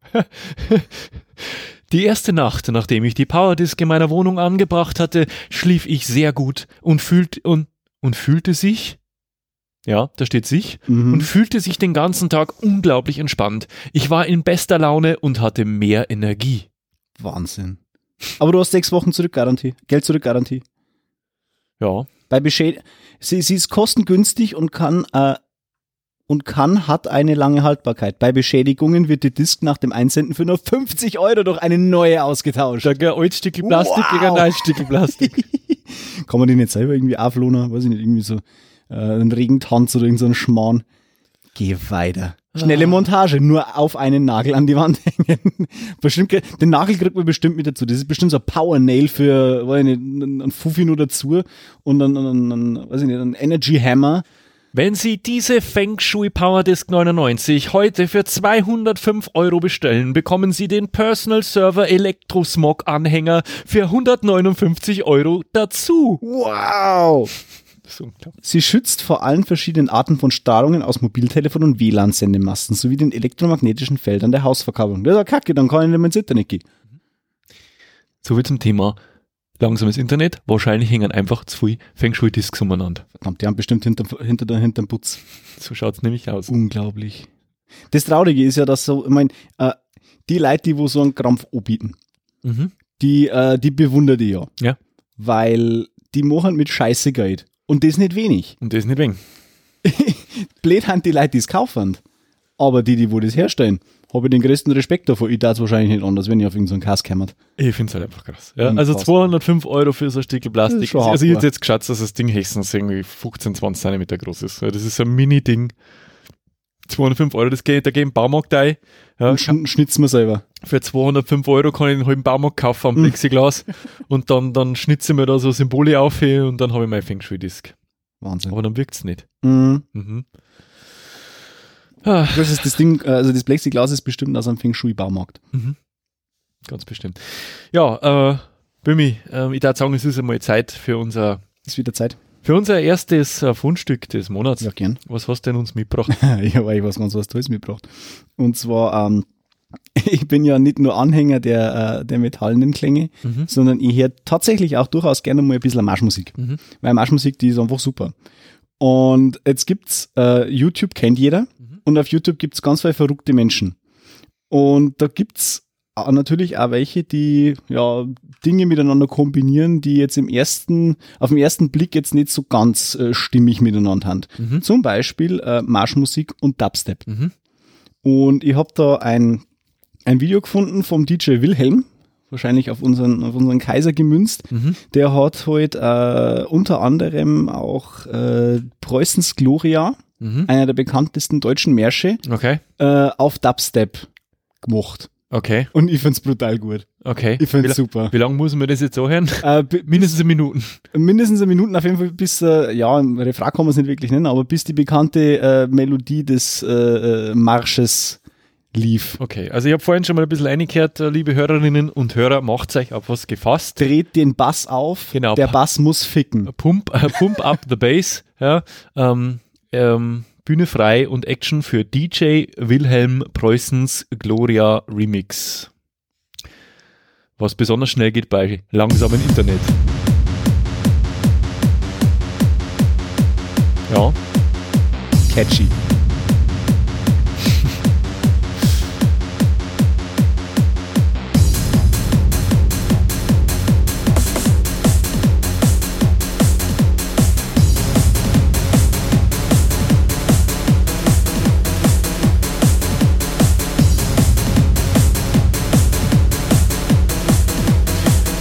Speaker 1: Die erste Nacht, nachdem ich die Powerdisk in meiner Wohnung angebracht hatte, schlief ich sehr gut und fühlt und, und fühlte sich ja, da steht sich
Speaker 2: Mhm.
Speaker 1: und fühlte sich den ganzen Tag unglaublich entspannt. Ich war in bester Laune und hatte mehr Energie.
Speaker 2: Wahnsinn. Aber du hast sechs Wochen Zurückgarantie. Geld Zurückgarantie.
Speaker 1: Ja,
Speaker 2: Bei Beschäd sie, sie ist kostengünstig und kann äh, und kann hat eine lange Haltbarkeit. Bei Beschädigungen wird die Disk nach dem Einsenden für nur 50 Euro durch eine neue ausgetauscht.
Speaker 1: da geht ein Stück
Speaker 2: Plastik gegen ein neues
Speaker 1: Stück Plastik.
Speaker 2: Kann man die nicht selber irgendwie auflohnen? Weiß ich nicht, irgendwie so äh, einen Regentanz oder irgendeinen so einen Schmarrn. Geh weiter. Schnelle Montage, nur auf einen Nagel an die Wand hängen. bestimmt, ge- den Nagel kriegt man bestimmt mit dazu. Das ist bestimmt so ein Power Nail für, weiß ich nicht, einen einen Fuffi nur dazu und dann, dann, dann, weiß ich nicht, einen Energy Hammer.
Speaker 1: Wenn Sie diese Feng Shui Power Disc 99 heute für 205 Euro bestellen, bekommen Sie den Personal Server Elektrosmog Anhänger für 159 Euro dazu.
Speaker 2: Wow!
Speaker 1: Das ist unglaublich.
Speaker 2: Sie schützt vor allen verschiedenen Arten von Strahlungen aus Mobiltelefon und WLAN-Sendemasten sowie den elektromagnetischen Feldern der Hausverkabelung. Das ist ja kacke, dann kann ich nicht mehr ins Internet gehen.
Speaker 1: So wie zum Thema langsames Internet. Wahrscheinlich hängen einfach zu viel Feng Shui Discs umeinander.
Speaker 2: Verdammt, die haben bestimmt hinter, hinter, hinterm Putz.
Speaker 1: So schaut's nämlich aus.
Speaker 2: Unglaublich. Das Traurige ist ja, dass so, ich mein, äh, die Leute, die wo so einen Krampf anbieten,
Speaker 1: Mhm.
Speaker 2: die, äh, die bewundere ich ja.
Speaker 1: Ja.
Speaker 2: Weil die machen mit Scheiße Geld. Und das nicht wenig.
Speaker 1: Und das nicht wegen.
Speaker 2: Blöd haben die Leute, die es kaufen. Aber die, die wo das herstellen, habe ich den größten Respekt davor. Ich darf es wahrscheinlich nicht anders, wenn ich auf irgendeinen Kass kämmert.
Speaker 1: Ich finde es halt einfach krass. Ja, also
Speaker 2: Unfassbar.
Speaker 1: 205 Euro für so ein Stück
Speaker 2: Das Hm,
Speaker 1: Plastik.
Speaker 2: ist schon
Speaker 1: Also ich
Speaker 2: hardcore.
Speaker 1: hätte jetzt geschätzt, dass das Ding höchstens irgendwie 15, 20 Zentimeter groß ist. Ja, Das ist so ein Mini-Ding. 205 Euro, das geht, da geht ein Baumarkt ein. Ja,
Speaker 2: Und schn schnitzen wir selber.
Speaker 1: für 205 Euro kann ich einen halben Baumarkt kaufen am
Speaker 2: Hm.
Speaker 1: Plexiglas und dann, dann schnitze ich mir da so Symbole auf und dann habe ich mein Feng Shui-Disc.
Speaker 2: Wahnsinn.
Speaker 1: Aber dann wirkt es nicht.
Speaker 2: Mhm.
Speaker 1: Mhm. Ah,
Speaker 2: Das ist das Ding, äh, also das Plexiglas ist bestimmt aus einem Feng Shui-Baumarkt.
Speaker 1: mhm. ganz bestimmt. ähm, Ja, äh, Bömi, äh, ich darf sagen, es ist einmal Zeit für unser
Speaker 2: Ist wieder Zeit.
Speaker 1: Für unser erstes äh, Fundstück des Monats,
Speaker 2: Ja, gern.
Speaker 1: was hast du denn uns mitgebracht?
Speaker 2: ich habe eigentlich was ganz was Tolles mitgebracht. Und zwar, ähm, ich bin ja nicht nur Anhänger der, äh, der metallenen Klänge,
Speaker 1: Mhm.
Speaker 2: sondern ich höre tatsächlich auch durchaus gerne mal ein bisschen Marschmusik.
Speaker 1: Mhm.
Speaker 2: Weil Marschmusik, die ist einfach super. Und jetzt gibt's, äh, YouTube kennt jeder.
Speaker 1: Mhm.
Speaker 2: Und auf YouTube gibt's ganz viele verrückte Menschen. Und da gibt's auch natürlich auch welche, die ja Dinge miteinander kombinieren, die jetzt im ersten, auf den ersten Blick jetzt nicht so ganz äh, stimmig miteinander haben.
Speaker 1: Mhm.
Speaker 2: Zum Beispiel äh, Marschmusik und Dubstep.
Speaker 1: Mhm.
Speaker 2: Und ich habe da ein, ein Video gefunden vom DJ Wilhelm, wahrscheinlich auf unseren, auf unseren Kaiser gemünzt.
Speaker 1: Mhm.
Speaker 2: Der hat heute äh, unter anderem auch äh, Preußens Gloria,
Speaker 1: Mhm.
Speaker 2: einer der bekanntesten deutschen Märsche,
Speaker 1: Okay,
Speaker 2: äh, auf Dubstep gemacht.
Speaker 1: okay,
Speaker 2: Und ich find's brutal gut.
Speaker 1: okay.
Speaker 2: Ich
Speaker 1: wie,
Speaker 2: find's
Speaker 1: la-
Speaker 2: super.
Speaker 1: wie lange muss man das jetzt anhören?
Speaker 2: Äh, bi-
Speaker 1: Mindestens eine Minute.
Speaker 2: mindestens eine Minute auf jeden Fall bis, äh, ja, im Refrain kann man es nicht wirklich nennen, aber bis die bekannte äh, Melodie des äh, äh, Marsches lief.
Speaker 1: Okay, also ich habe vorhin schon mal ein bisschen reingehört, äh, liebe Hörerinnen und Hörer, macht euch auf was gefasst.
Speaker 2: Dreht den Bass auf,
Speaker 1: Genau.
Speaker 2: der Bass muss ficken.
Speaker 1: Pump, äh, pump up the bass, ja. Ähm, ähm, Bühne frei und Action für DJ Wilhelm Preußens Gloria Remix. Was besonders schnell geht bei langsamem Internet. Ja,
Speaker 2: Catchy.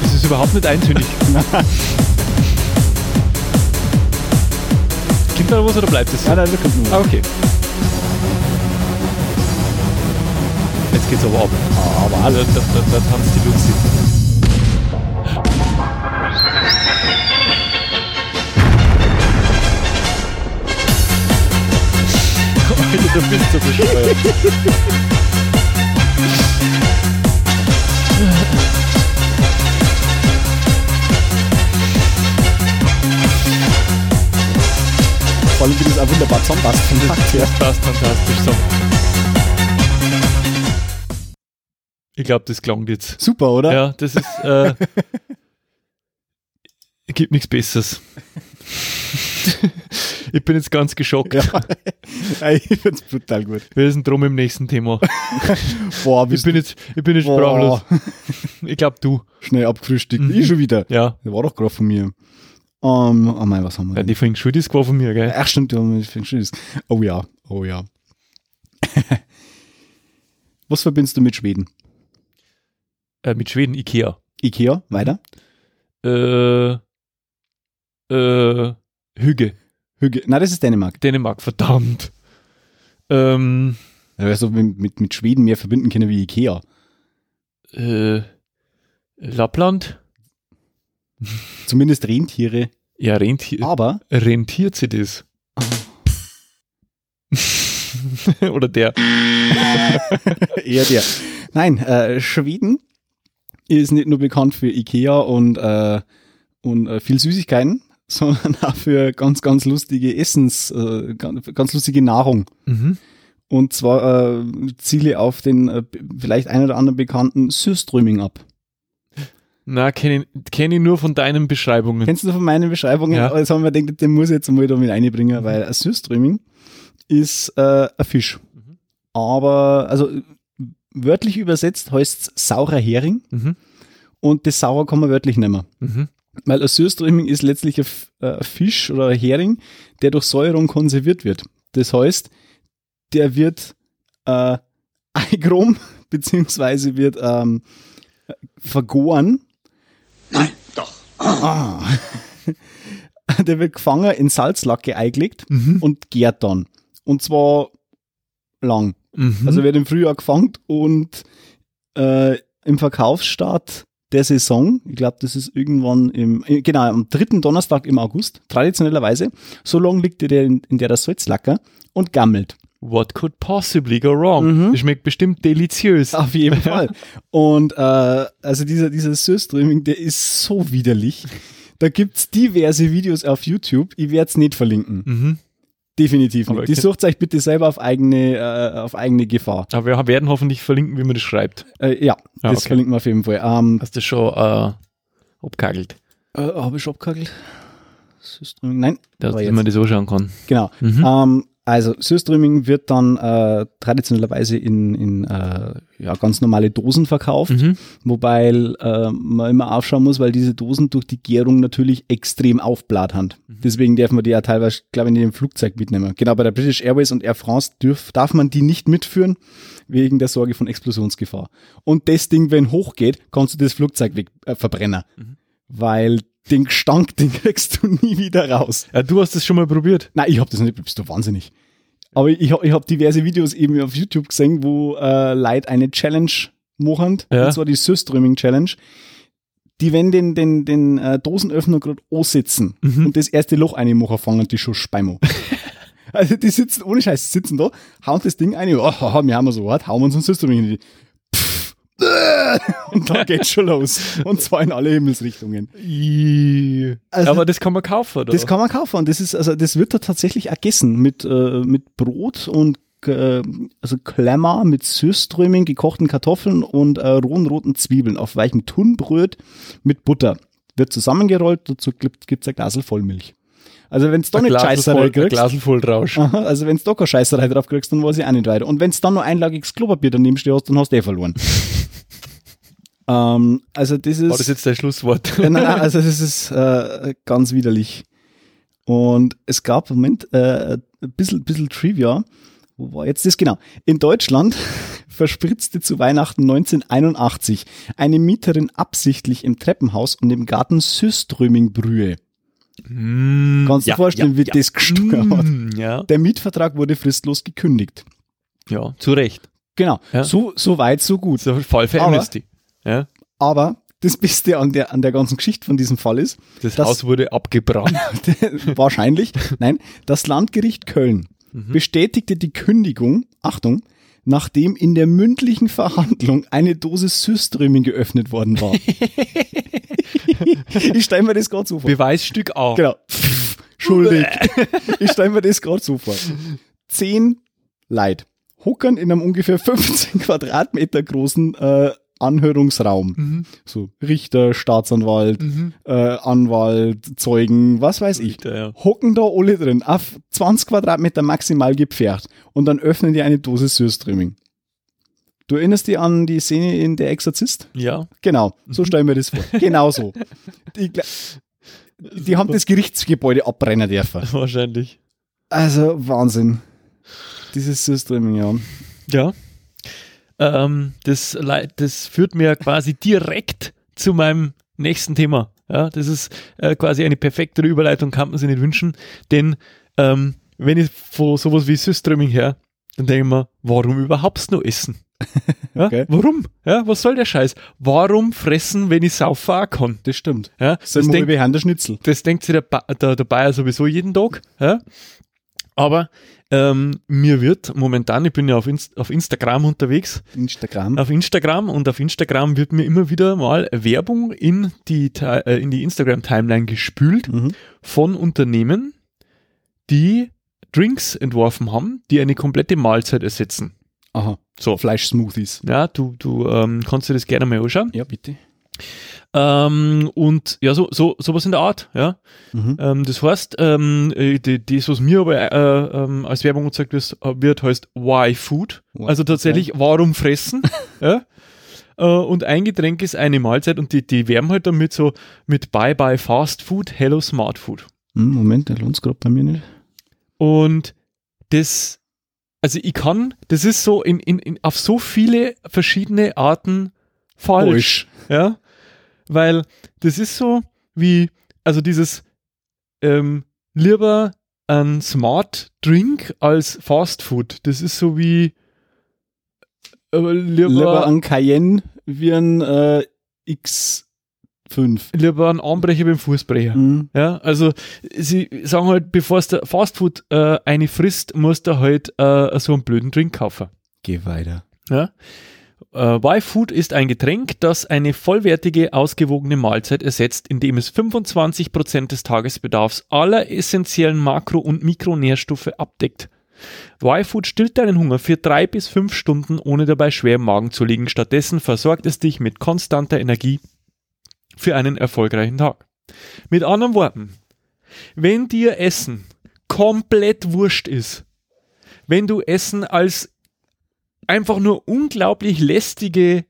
Speaker 1: es ist überhaupt nicht eintönig. Kommt da was oder bleibt es so?
Speaker 2: Ja, da wirklich nur.
Speaker 1: Ah, okay. Jetzt geht's aber ab. Ah, Aber alle, da, da, da tanzt die Luzi. Alter, du bist so bescheuert.
Speaker 2: Vor allem, wie das auch wunderbar zusammenpasst vom Takt her.
Speaker 1: Das ist fantastisch. So. Ich glaube, das klang jetzt.
Speaker 2: Super, oder?
Speaker 1: Ja, das ist. Äh, gibt nichts Besseres. ich bin jetzt ganz geschockt.
Speaker 2: Ja, ich find's brutal gut.
Speaker 1: Wir sind drum im nächsten Thema.
Speaker 2: Boah,
Speaker 1: Ich
Speaker 2: bist
Speaker 1: bin jetzt, ich bin jetzt sprachlos.
Speaker 2: Boah.
Speaker 1: Ich glaube, du.
Speaker 2: schnell abgefrühstückt.
Speaker 1: Mhm.
Speaker 2: Ich schon wieder.
Speaker 1: Ja.
Speaker 2: Das war doch gerade von mir. Ähm, oh mein, was haben wir
Speaker 1: ja
Speaker 2: denn?
Speaker 1: die vorhin Schuld ist von mir, gell?
Speaker 2: Ach stimmt, du hast mich Schönes. Oh ja, oh ja. was verbindest du mit Schweden?
Speaker 1: Äh, mit Schweden, Ikea.
Speaker 2: Ikea, weiter?
Speaker 1: Äh, äh, Hüge.
Speaker 2: Hüge. Nein, das ist Dänemark.
Speaker 1: Dänemark, verdammt. Ähm,
Speaker 2: Da wärst du mit, Also, mit, mit Schweden mehr verbinden können wie Ikea.
Speaker 1: äh, Lappland.
Speaker 2: Zumindest Rentiere.
Speaker 1: Ja, Rentier,
Speaker 2: Aber
Speaker 1: rentiert sie das? Oder der.
Speaker 2: eher der. Nein, äh, Schweden ist nicht nur bekannt für Ikea und, äh, und äh, viel Süßigkeiten, sondern auch für ganz, ganz lustige Essens, äh, ganz, ganz lustige Nahrung.
Speaker 1: Mhm.
Speaker 2: Und zwar äh, ziele auf den äh, b- vielleicht ein oder anderen bekannten Sürströming ab.
Speaker 1: Na, kenne ich, kenn ich nur von deinen Beschreibungen.
Speaker 2: Kennst du von meinen Beschreibungen?
Speaker 1: Ja. Mhm.
Speaker 2: Aber jetzt haben wir gedacht, den muss ich jetzt mal da mit einbringen, weil ein Sürströming ist äh, ein Fisch.
Speaker 1: Mhm.
Speaker 2: Aber, also äh, wörtlich übersetzt heißt es saurer Hering
Speaker 1: Mhm.
Speaker 2: und das sauer kann man wörtlich nehmen.
Speaker 1: Mhm.
Speaker 2: Weil ein Sürströming ist letztlich ein F- äh, ein Fisch oder ein Hering, der durch Säuerung konserviert wird. Das heißt, der wird äh, eigrom, beziehungsweise wird ähm, vergoren.
Speaker 3: Nein, doch.
Speaker 2: Ah. Der wird gefangen, in Salzlacke eingelegt
Speaker 1: Mhm.
Speaker 2: und gärt dann. Und zwar lang.
Speaker 1: Mhm.
Speaker 2: Also wird im Frühjahr gefangen und äh, im Verkaufsstart der Saison, ich glaube, das ist irgendwann im, äh, genau, am dritten Donnerstag im August, traditionellerweise, so lange liegt der in, in der Salzlacker und gammelt.
Speaker 1: What could possibly go wrong?
Speaker 2: Mhm. Ah.
Speaker 1: Das schmeckt bestimmt deliziös.
Speaker 2: Auf jeden Fall. Und äh, also dieser, dieser Surströming, der ist so widerlich. Da gibt's diverse Videos auf YouTube. Ich werde es nicht verlinken.
Speaker 1: Mhm.
Speaker 2: Definitiv
Speaker 1: Aber
Speaker 2: nicht. Die
Speaker 1: okay.
Speaker 2: sucht euch bitte selber auf eigene, äh, auf eigene Gefahr.
Speaker 1: Aber wir werden hoffentlich verlinken, wie man das schreibt.
Speaker 2: Äh, ja,
Speaker 1: Ja,
Speaker 2: das
Speaker 1: okay.
Speaker 2: verlinken wir auf jeden Fall. Ähm,
Speaker 1: Hast du schon äh, abkagelt,
Speaker 2: äh, Habe ich abgehagelt? Süßströming? Nein.
Speaker 1: dass
Speaker 2: aber jetzt.
Speaker 1: man das anschauen kann?
Speaker 2: Genau.
Speaker 1: Mhm.
Speaker 2: Ähm, also Süßströming wird dann äh, traditionellerweise in, in äh, ja, ganz normale Dosen verkauft.
Speaker 1: Mhm.
Speaker 2: Wobei äh, man immer aufschauen muss, weil diese Dosen durch die Gärung natürlich extrem aufblattern.
Speaker 1: Mhm.
Speaker 2: Deswegen darf man die ja teilweise, glaube ich, nicht im Flugzeug mitnehmen. Genau, bei der British Airways und Air France dürf, darf man die nicht mitführen, wegen der Sorge von Explosionsgefahr. Und das Ding, wenn hochgeht, kannst du das Flugzeug weg, äh, verbrennen.
Speaker 1: Mhm.
Speaker 2: Weil den Gestank, den kriegst du nie wieder raus.
Speaker 1: Äh, du hast das schon mal probiert.
Speaker 2: Nein, ich hab das nicht, bist du wahnsinnig. Aber ich hab ich hab diverse Videos eben auf YouTube gesehen, wo äh, Leute eine Challenge machen,
Speaker 1: Ja.
Speaker 2: und zwar die Süßströming Challenge. Die, wenn den, den, den äh, Dosenöffner gerade ansitzen
Speaker 1: Mhm.
Speaker 2: und das erste Loch reinmachen, fangen die schon Speimo. also die sitzen, ohne Scheiß, die sitzen da, hauen das Ding ein, oh, haha, wir haben wir so hart, hauen uns ein Süßströming in die. Pff, äh, und dann geht's schon los. Und zwar in alle Himmelsrichtungen. Also-
Speaker 1: aber das kann man kaufen, oder?
Speaker 2: Das kann man kaufen. Und das ist, also das wird da tatsächlich auch gegessen mit, äh, mit Brot und äh, also Klemmer mit Süßströming, gekochten Kartoffeln und äh, rohen roten Zwiebeln auf weichem Tunbröt mit Butter. Wird zusammengerollt, dazu gibt es ein Glasel Vollmilch. Also wenn's da
Speaker 1: Ein
Speaker 2: nicht
Speaker 1: Glasl voll-
Speaker 2: Scheißerei
Speaker 1: ein
Speaker 2: kriegst,
Speaker 1: Glasl voll Rausch.
Speaker 2: Aha, also wenn's da keine Scheißerei drauf kriegst, dann weiß ich auch nicht weiter. Und wenn's dann nur einlagiges Klopapier daneben stehen hast, dann hast du eh verloren. ähm, also das ist...
Speaker 1: War das jetzt dein Schlusswort?
Speaker 2: Ja, nein, nein, also es ist äh, ganz widerlich. Und es gab, Moment, äh, ein bisschen, bisschen Trivia. Wo war jetzt das genau? In Deutschland verspritzte zu Weihnachten 1981 eine Mieterin absichtlich im Treppenhaus und im Garten Süßströmingbrühe.
Speaker 1: Mm,
Speaker 2: Kannst du dir vorstellen, wie das gestunken hat?
Speaker 1: Mm, ja.
Speaker 2: Der Mietvertrag wurde fristlos gekündigt.
Speaker 1: ja, zu Recht.
Speaker 2: Genau,
Speaker 1: Ja.
Speaker 2: so, so weit, so gut.
Speaker 1: So Fall für
Speaker 2: Aber-
Speaker 1: Amnesty. Ja,
Speaker 2: Aber das Beste an der, an der ganzen Geschichte von diesem Fall ist,
Speaker 1: das,
Speaker 2: Das-
Speaker 1: Haus wurde abgebrannt.
Speaker 2: wahrscheinlich. Nein, das Landgericht Köln bestätigte die Kündigung, Achtung, nachdem in der mündlichen Verhandlung eine Dose Süßströming geöffnet worden war. ich stelle mir das gerade so vor.
Speaker 1: Beweisstück A.
Speaker 2: Genau. Schuldig. Ich stelle mir das gerade so vor. Zehn Leid huckern in einem ungefähr 15 Quadratmeter großen äh, Anhörungsraum.
Speaker 1: Mhm,
Speaker 2: So Richter, Staatsanwalt, äh, Anwalt, Zeugen, was weiß ich.
Speaker 1: Richter, ja.
Speaker 2: Hocken da alle drin, auf 20 Quadratmeter maximal gepfercht. Und dann öffnen die eine Dose Süßströming. Du erinnerst dich an die Szene in Der Exorzist?
Speaker 1: Ja.
Speaker 2: Genau, so stellen wir das vor. Genau so. Die, gla- die haben das Gerichtsgebäude abbrennen dürfen.
Speaker 1: Wahrscheinlich.
Speaker 2: Also Wahnsinn. Dieses Süßströming, ja.
Speaker 1: Ja. Ähm, das, lei- das führt mir quasi direkt zu meinem nächsten Thema. Ja, das ist äh, quasi eine perfektere Überleitung, kann man sich nicht wünschen. Denn ähm, wenn ich von sowas wie Süßströming her, dann denke ich mir, warum überhaupt noch essen? Ja,
Speaker 2: Okay.
Speaker 1: Warum? Ja, was soll der Scheiß? Warum fressen, wenn ich saufen auch kann?
Speaker 2: Das stimmt.
Speaker 1: Ja,
Speaker 2: Das ist
Speaker 1: das denk-
Speaker 2: ein Schnitzel.
Speaker 1: das denkt sich der, ba der, der Bayer sowieso jeden Tag. Ja? Aber ähm, mir wird momentan, ich bin ja auf, Inst auf Instagram unterwegs,
Speaker 2: Instagram.
Speaker 1: auf Instagram und auf Instagram wird mir immer wieder mal Werbung in die, Ti- äh, in die Instagram-Timeline gespült
Speaker 2: Mhm.
Speaker 1: von Unternehmen, die Drinks entworfen haben, die eine komplette Mahlzeit ersetzen.
Speaker 2: Aha.
Speaker 1: So.
Speaker 2: Fleischsmoothies.
Speaker 1: Ja, du, du ähm, kannst dir das gerne mal anschauen.
Speaker 2: Ja, bitte.
Speaker 1: Ähm, und ja, so, so, sowas in der Art, ja.
Speaker 2: Mhm.
Speaker 1: Ähm, das heißt, ähm, äh, die- das, was mir aber äh, ähm, als Werbung gezeigt wird, äh, wird heißt Why Food.
Speaker 2: Why-
Speaker 1: also tatsächlich, warum fressen? ja? äh, und ein Getränk ist eine Mahlzeit und die, die werben halt damit so mit Bye Bye Fast Food, Hello Smart Food.
Speaker 2: Hm, Moment, der lohnt gerade bei mir nicht.
Speaker 1: Und das, also ich kann, das ist so in, in, in, auf so viele verschiedene Arten falsch. Ja, weil das ist so wie, also dieses ähm, lieber ein Smart Drink als Fast Food. Das ist so wie äh, lieber,
Speaker 2: Lieber
Speaker 1: lieber,
Speaker 2: ein Cayenne wie ein äh, X5.
Speaker 1: ein Anbrecher beim Fußbrecher.
Speaker 2: Mhm.
Speaker 1: Ja, also sie sagen halt, bevor du Fast Food äh, eine frisst, musst du halt äh, so einen blöden Drink kaufen.
Speaker 2: Geh weiter.
Speaker 1: Ja. Äh, Y-Food ist ein Getränk, das eine vollwertige, ausgewogene Mahlzeit ersetzt, indem es 25% des Tagesbedarfs aller essentiellen Makro- und Mikronährstoffe abdeckt. Y-Food stillt deinen Hunger für drei bis fünf Stunden, ohne dabei schwer im Magen zu liegen. Stattdessen versorgt es dich mit konstanter Energie für einen erfolgreichen Tag. Mit anderen Worten, wenn dir Essen komplett wurscht ist, wenn du Essen als einfach nur unglaublich lästige,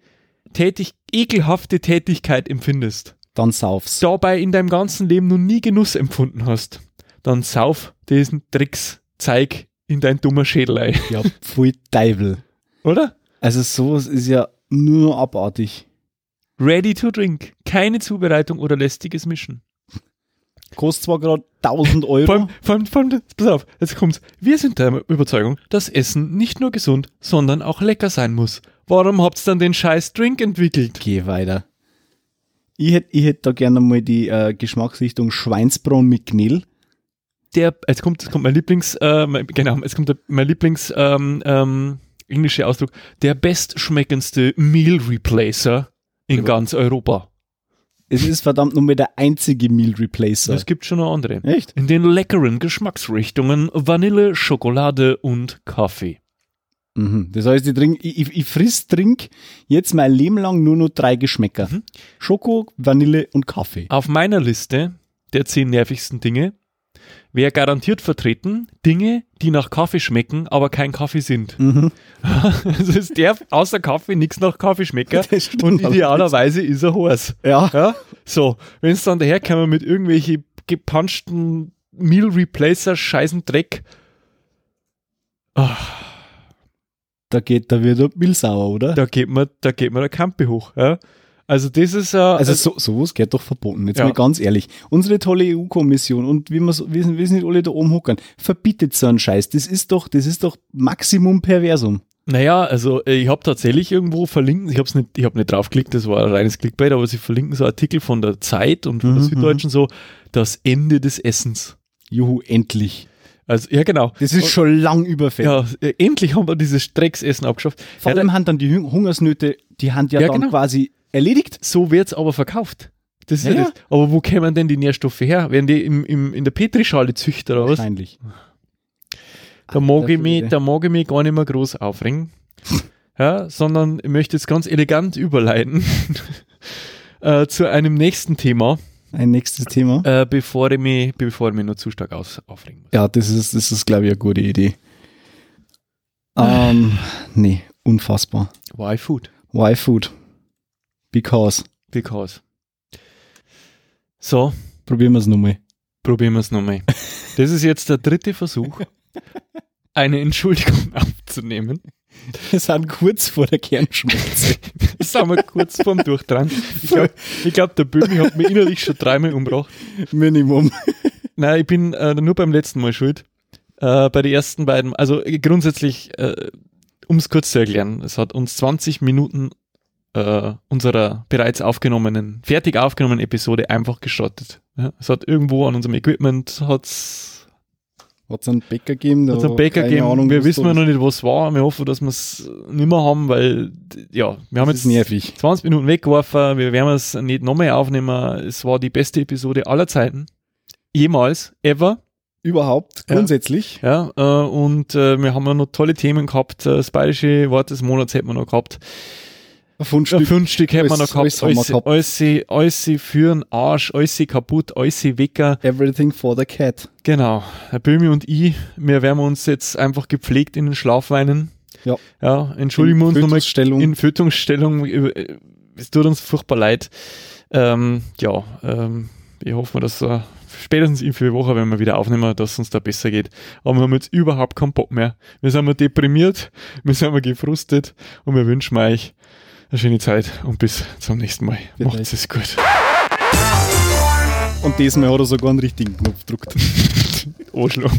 Speaker 1: tätig, ekelhafte Tätigkeit empfindest,
Speaker 2: Dann sauf's.
Speaker 1: dabei in deinem ganzen Leben noch nie Genuss empfunden hast, dann sauf diesen Tricks, zeig in dein dummer Schädel ein,
Speaker 2: Ja, pfui Teufel.
Speaker 1: oder?
Speaker 2: Also sowas ist ja nur abartig.
Speaker 1: Ready to drink, keine Zubereitung oder lästiges Mischen.
Speaker 2: Kostet zwar gerade 1000
Speaker 1: Vor
Speaker 2: Euro.
Speaker 1: allem, vor allem, vor allem, pass auf, jetzt kommt's. Wir sind der Überzeugung, dass Essen nicht nur gesund, sondern auch lecker sein muss. Warum habt's dann den scheiß Drink entwickelt?
Speaker 2: Geh weiter. Ich hätte ich hätt da gerne mal die äh, Geschmacksrichtung Schweinsbraun mit Knill.
Speaker 1: Der, jetzt kommt, jetzt kommt mein Lieblings, äh, mein, genau, jetzt kommt der, mein Lieblings, ähm, ähm, englischer Ausdruck, der bestschmeckendste Meal Replacer in ganz Europa.
Speaker 2: Es ist verdammt nur mal der einzige Meal Replacer.
Speaker 1: Es gibt schon noch andere.
Speaker 2: Echt?
Speaker 1: In den leckeren Geschmacksrichtungen Vanille, Schokolade und Kaffee.
Speaker 2: Mhm. Das heißt, ich, trink, ich, ich, ich friss, trink jetzt mein Leben lang nur noch drei Geschmäcker.
Speaker 1: Mhm.
Speaker 2: Schoko, Vanille und Kaffee.
Speaker 1: Auf meiner Liste der zehn nervigsten Dinge wäre garantiert vertreten Dinge, die nach Kaffee schmecken, aber kein Kaffee sind. also es darf außer Kaffee nichts nach Kaffee schmecken
Speaker 2: Das stimmt
Speaker 1: und
Speaker 2: allerdings.
Speaker 1: idealerweise ist er Horst.
Speaker 2: Ja.
Speaker 1: Ja? So, wenn es dann daherkäme mit irgendwelche gepanschten Meal Replacer, scheißen Dreck,
Speaker 2: Da geht da wieder Milsauer, oder?
Speaker 1: da geht mir, da geht mir der Kampe hoch. Ja? Also das ist äh,
Speaker 2: also so, sowas geht doch verboten. Jetzt
Speaker 1: Ja.
Speaker 2: mal ganz ehrlich. Unsere tolle EU-Kommission und wie wir so, wir sind, wir sind nicht alle da oben hockern, verbietet so einen Scheiß. Das ist doch, das ist doch Maximum Perversum.
Speaker 1: Naja, also äh, ich habe tatsächlich irgendwo verlinkt, ich habe nicht, ich hab nicht draufgeklickt, das war ein reines Clickbait, aber sie verlinken so Artikel von der Zeit und von der
Speaker 2: Mhm,
Speaker 1: Süddeutschen so, das Ende des Essens.
Speaker 2: Juhu, endlich.
Speaker 1: Also, ja genau.
Speaker 2: Das ist schon lang überfällig.
Speaker 1: Ja, äh, endlich haben wir dieses Strecksessen abgeschafft.
Speaker 2: Vor
Speaker 1: ja,
Speaker 2: allem haben dann die Hun- Hungersnöte, die haben ja,
Speaker 1: Ja,
Speaker 2: dann
Speaker 1: genau.
Speaker 2: quasi erledigt.
Speaker 1: da, so wird's aber verkauft. Das ist ja,
Speaker 2: Ja,
Speaker 1: das. Aber wo kämen denn die Nährstoffe her? Werden die im, im, in der Petrischale züchter oder was?
Speaker 2: Wahrscheinlich.
Speaker 1: Da mag, ich
Speaker 2: Alter
Speaker 1: mich,
Speaker 2: Schwede.
Speaker 1: da mag ich mich gar nicht mehr groß aufregen, ja, sondern ich möchte jetzt ganz elegant überleiten äh, zu einem nächsten Thema.
Speaker 2: Ein nächstes Thema.
Speaker 1: äh, bevor, ich mich, bevor ich mich noch zu stark aus, aufregen muss.
Speaker 2: Ja, das ist, das ist glaube ich, eine gute Idee. Ähm, nee, unfassbar.
Speaker 1: Why food?
Speaker 2: Why food? Because.
Speaker 1: Because. So,
Speaker 2: Probieren wir es nochmal.
Speaker 1: probieren wir es nochmal. Das ist jetzt der dritte Versuch, eine Entschuldigung aufzunehmen.
Speaker 2: Wir sind kurz vor der Kernschmelze.
Speaker 1: Das sind wir kurz vorm Durchtran. Ich glaube, ich glaub, der Böhmi hat mich innerlich schon dreimal umgebracht.
Speaker 2: Minimum.
Speaker 1: Nein, ich bin äh, nur beim letzten Mal schuld. Äh, bei den ersten beiden, also äh, grundsätzlich, äh, um es kurz zu erklären, es hat uns 20 Minuten äh, unserer bereits aufgenommenen, fertig aufgenommenen Episode einfach geschrottet. Ja, es hat irgendwo an unserem Equipment hat's,
Speaker 2: Hat es einen Bäcker gegeben?
Speaker 1: hat's
Speaker 2: Da
Speaker 1: einen Bäcker
Speaker 2: keine
Speaker 1: gegeben.
Speaker 2: Ahnung,
Speaker 1: wir
Speaker 2: was
Speaker 1: wissen
Speaker 2: da
Speaker 1: ja
Speaker 2: ist.
Speaker 1: noch nicht, was war. Wir hoffen, dass wir es nimmer haben, weil d- ja, wir haben
Speaker 2: Das ist
Speaker 1: jetzt
Speaker 2: nervig.
Speaker 1: 20 Minuten weggeworfen. Wir werden es nicht nochmal aufnehmen. Es war die beste Episode aller Zeiten. Jemals, ever.
Speaker 2: Überhaupt,
Speaker 1: Ja.
Speaker 2: grundsätzlich.
Speaker 1: Ja, äh, und äh, wir haben ja noch tolle Themen gehabt. Äh, Das bayerische Wort des Monats hätten wir noch gehabt.
Speaker 2: Ein
Speaker 1: Ein
Speaker 2: Fundstück.
Speaker 1: Fundstück hätten wir
Speaker 2: Alles-
Speaker 1: noch gehabt.
Speaker 2: alles haben wir
Speaker 1: Alles,
Speaker 2: gehabt.
Speaker 1: alles, alles für den Arsch, alles kaputt, alles Wecker.
Speaker 2: Everything for the cat.
Speaker 1: Genau. Herr Böhmi und ich, wir werden uns jetzt einfach gepflegt in den Schlaf weinen.
Speaker 2: Ja.
Speaker 1: Ja, entschuldigen wir uns nochmal
Speaker 2: Stellung.
Speaker 1: in Fötungsstellung. äh, Es tut uns furchtbar leid. Ähm, ja, ähm, ich hoffe, dass äh, spätestens in vier Wochen, wenn wir wieder aufnehmen, dass es uns da besser geht. Aber wir haben jetzt überhaupt keinen Bock mehr. Wir sind mal deprimiert, wir sind mal gefrustet und wir wünschen euch eine schöne Zeit und bis zum nächsten Mal.
Speaker 2: Bis
Speaker 1: Macht's es gut.
Speaker 2: Und diesmal hat er sogar einen richtigen Knopf gedrückt.
Speaker 1: Arschloch.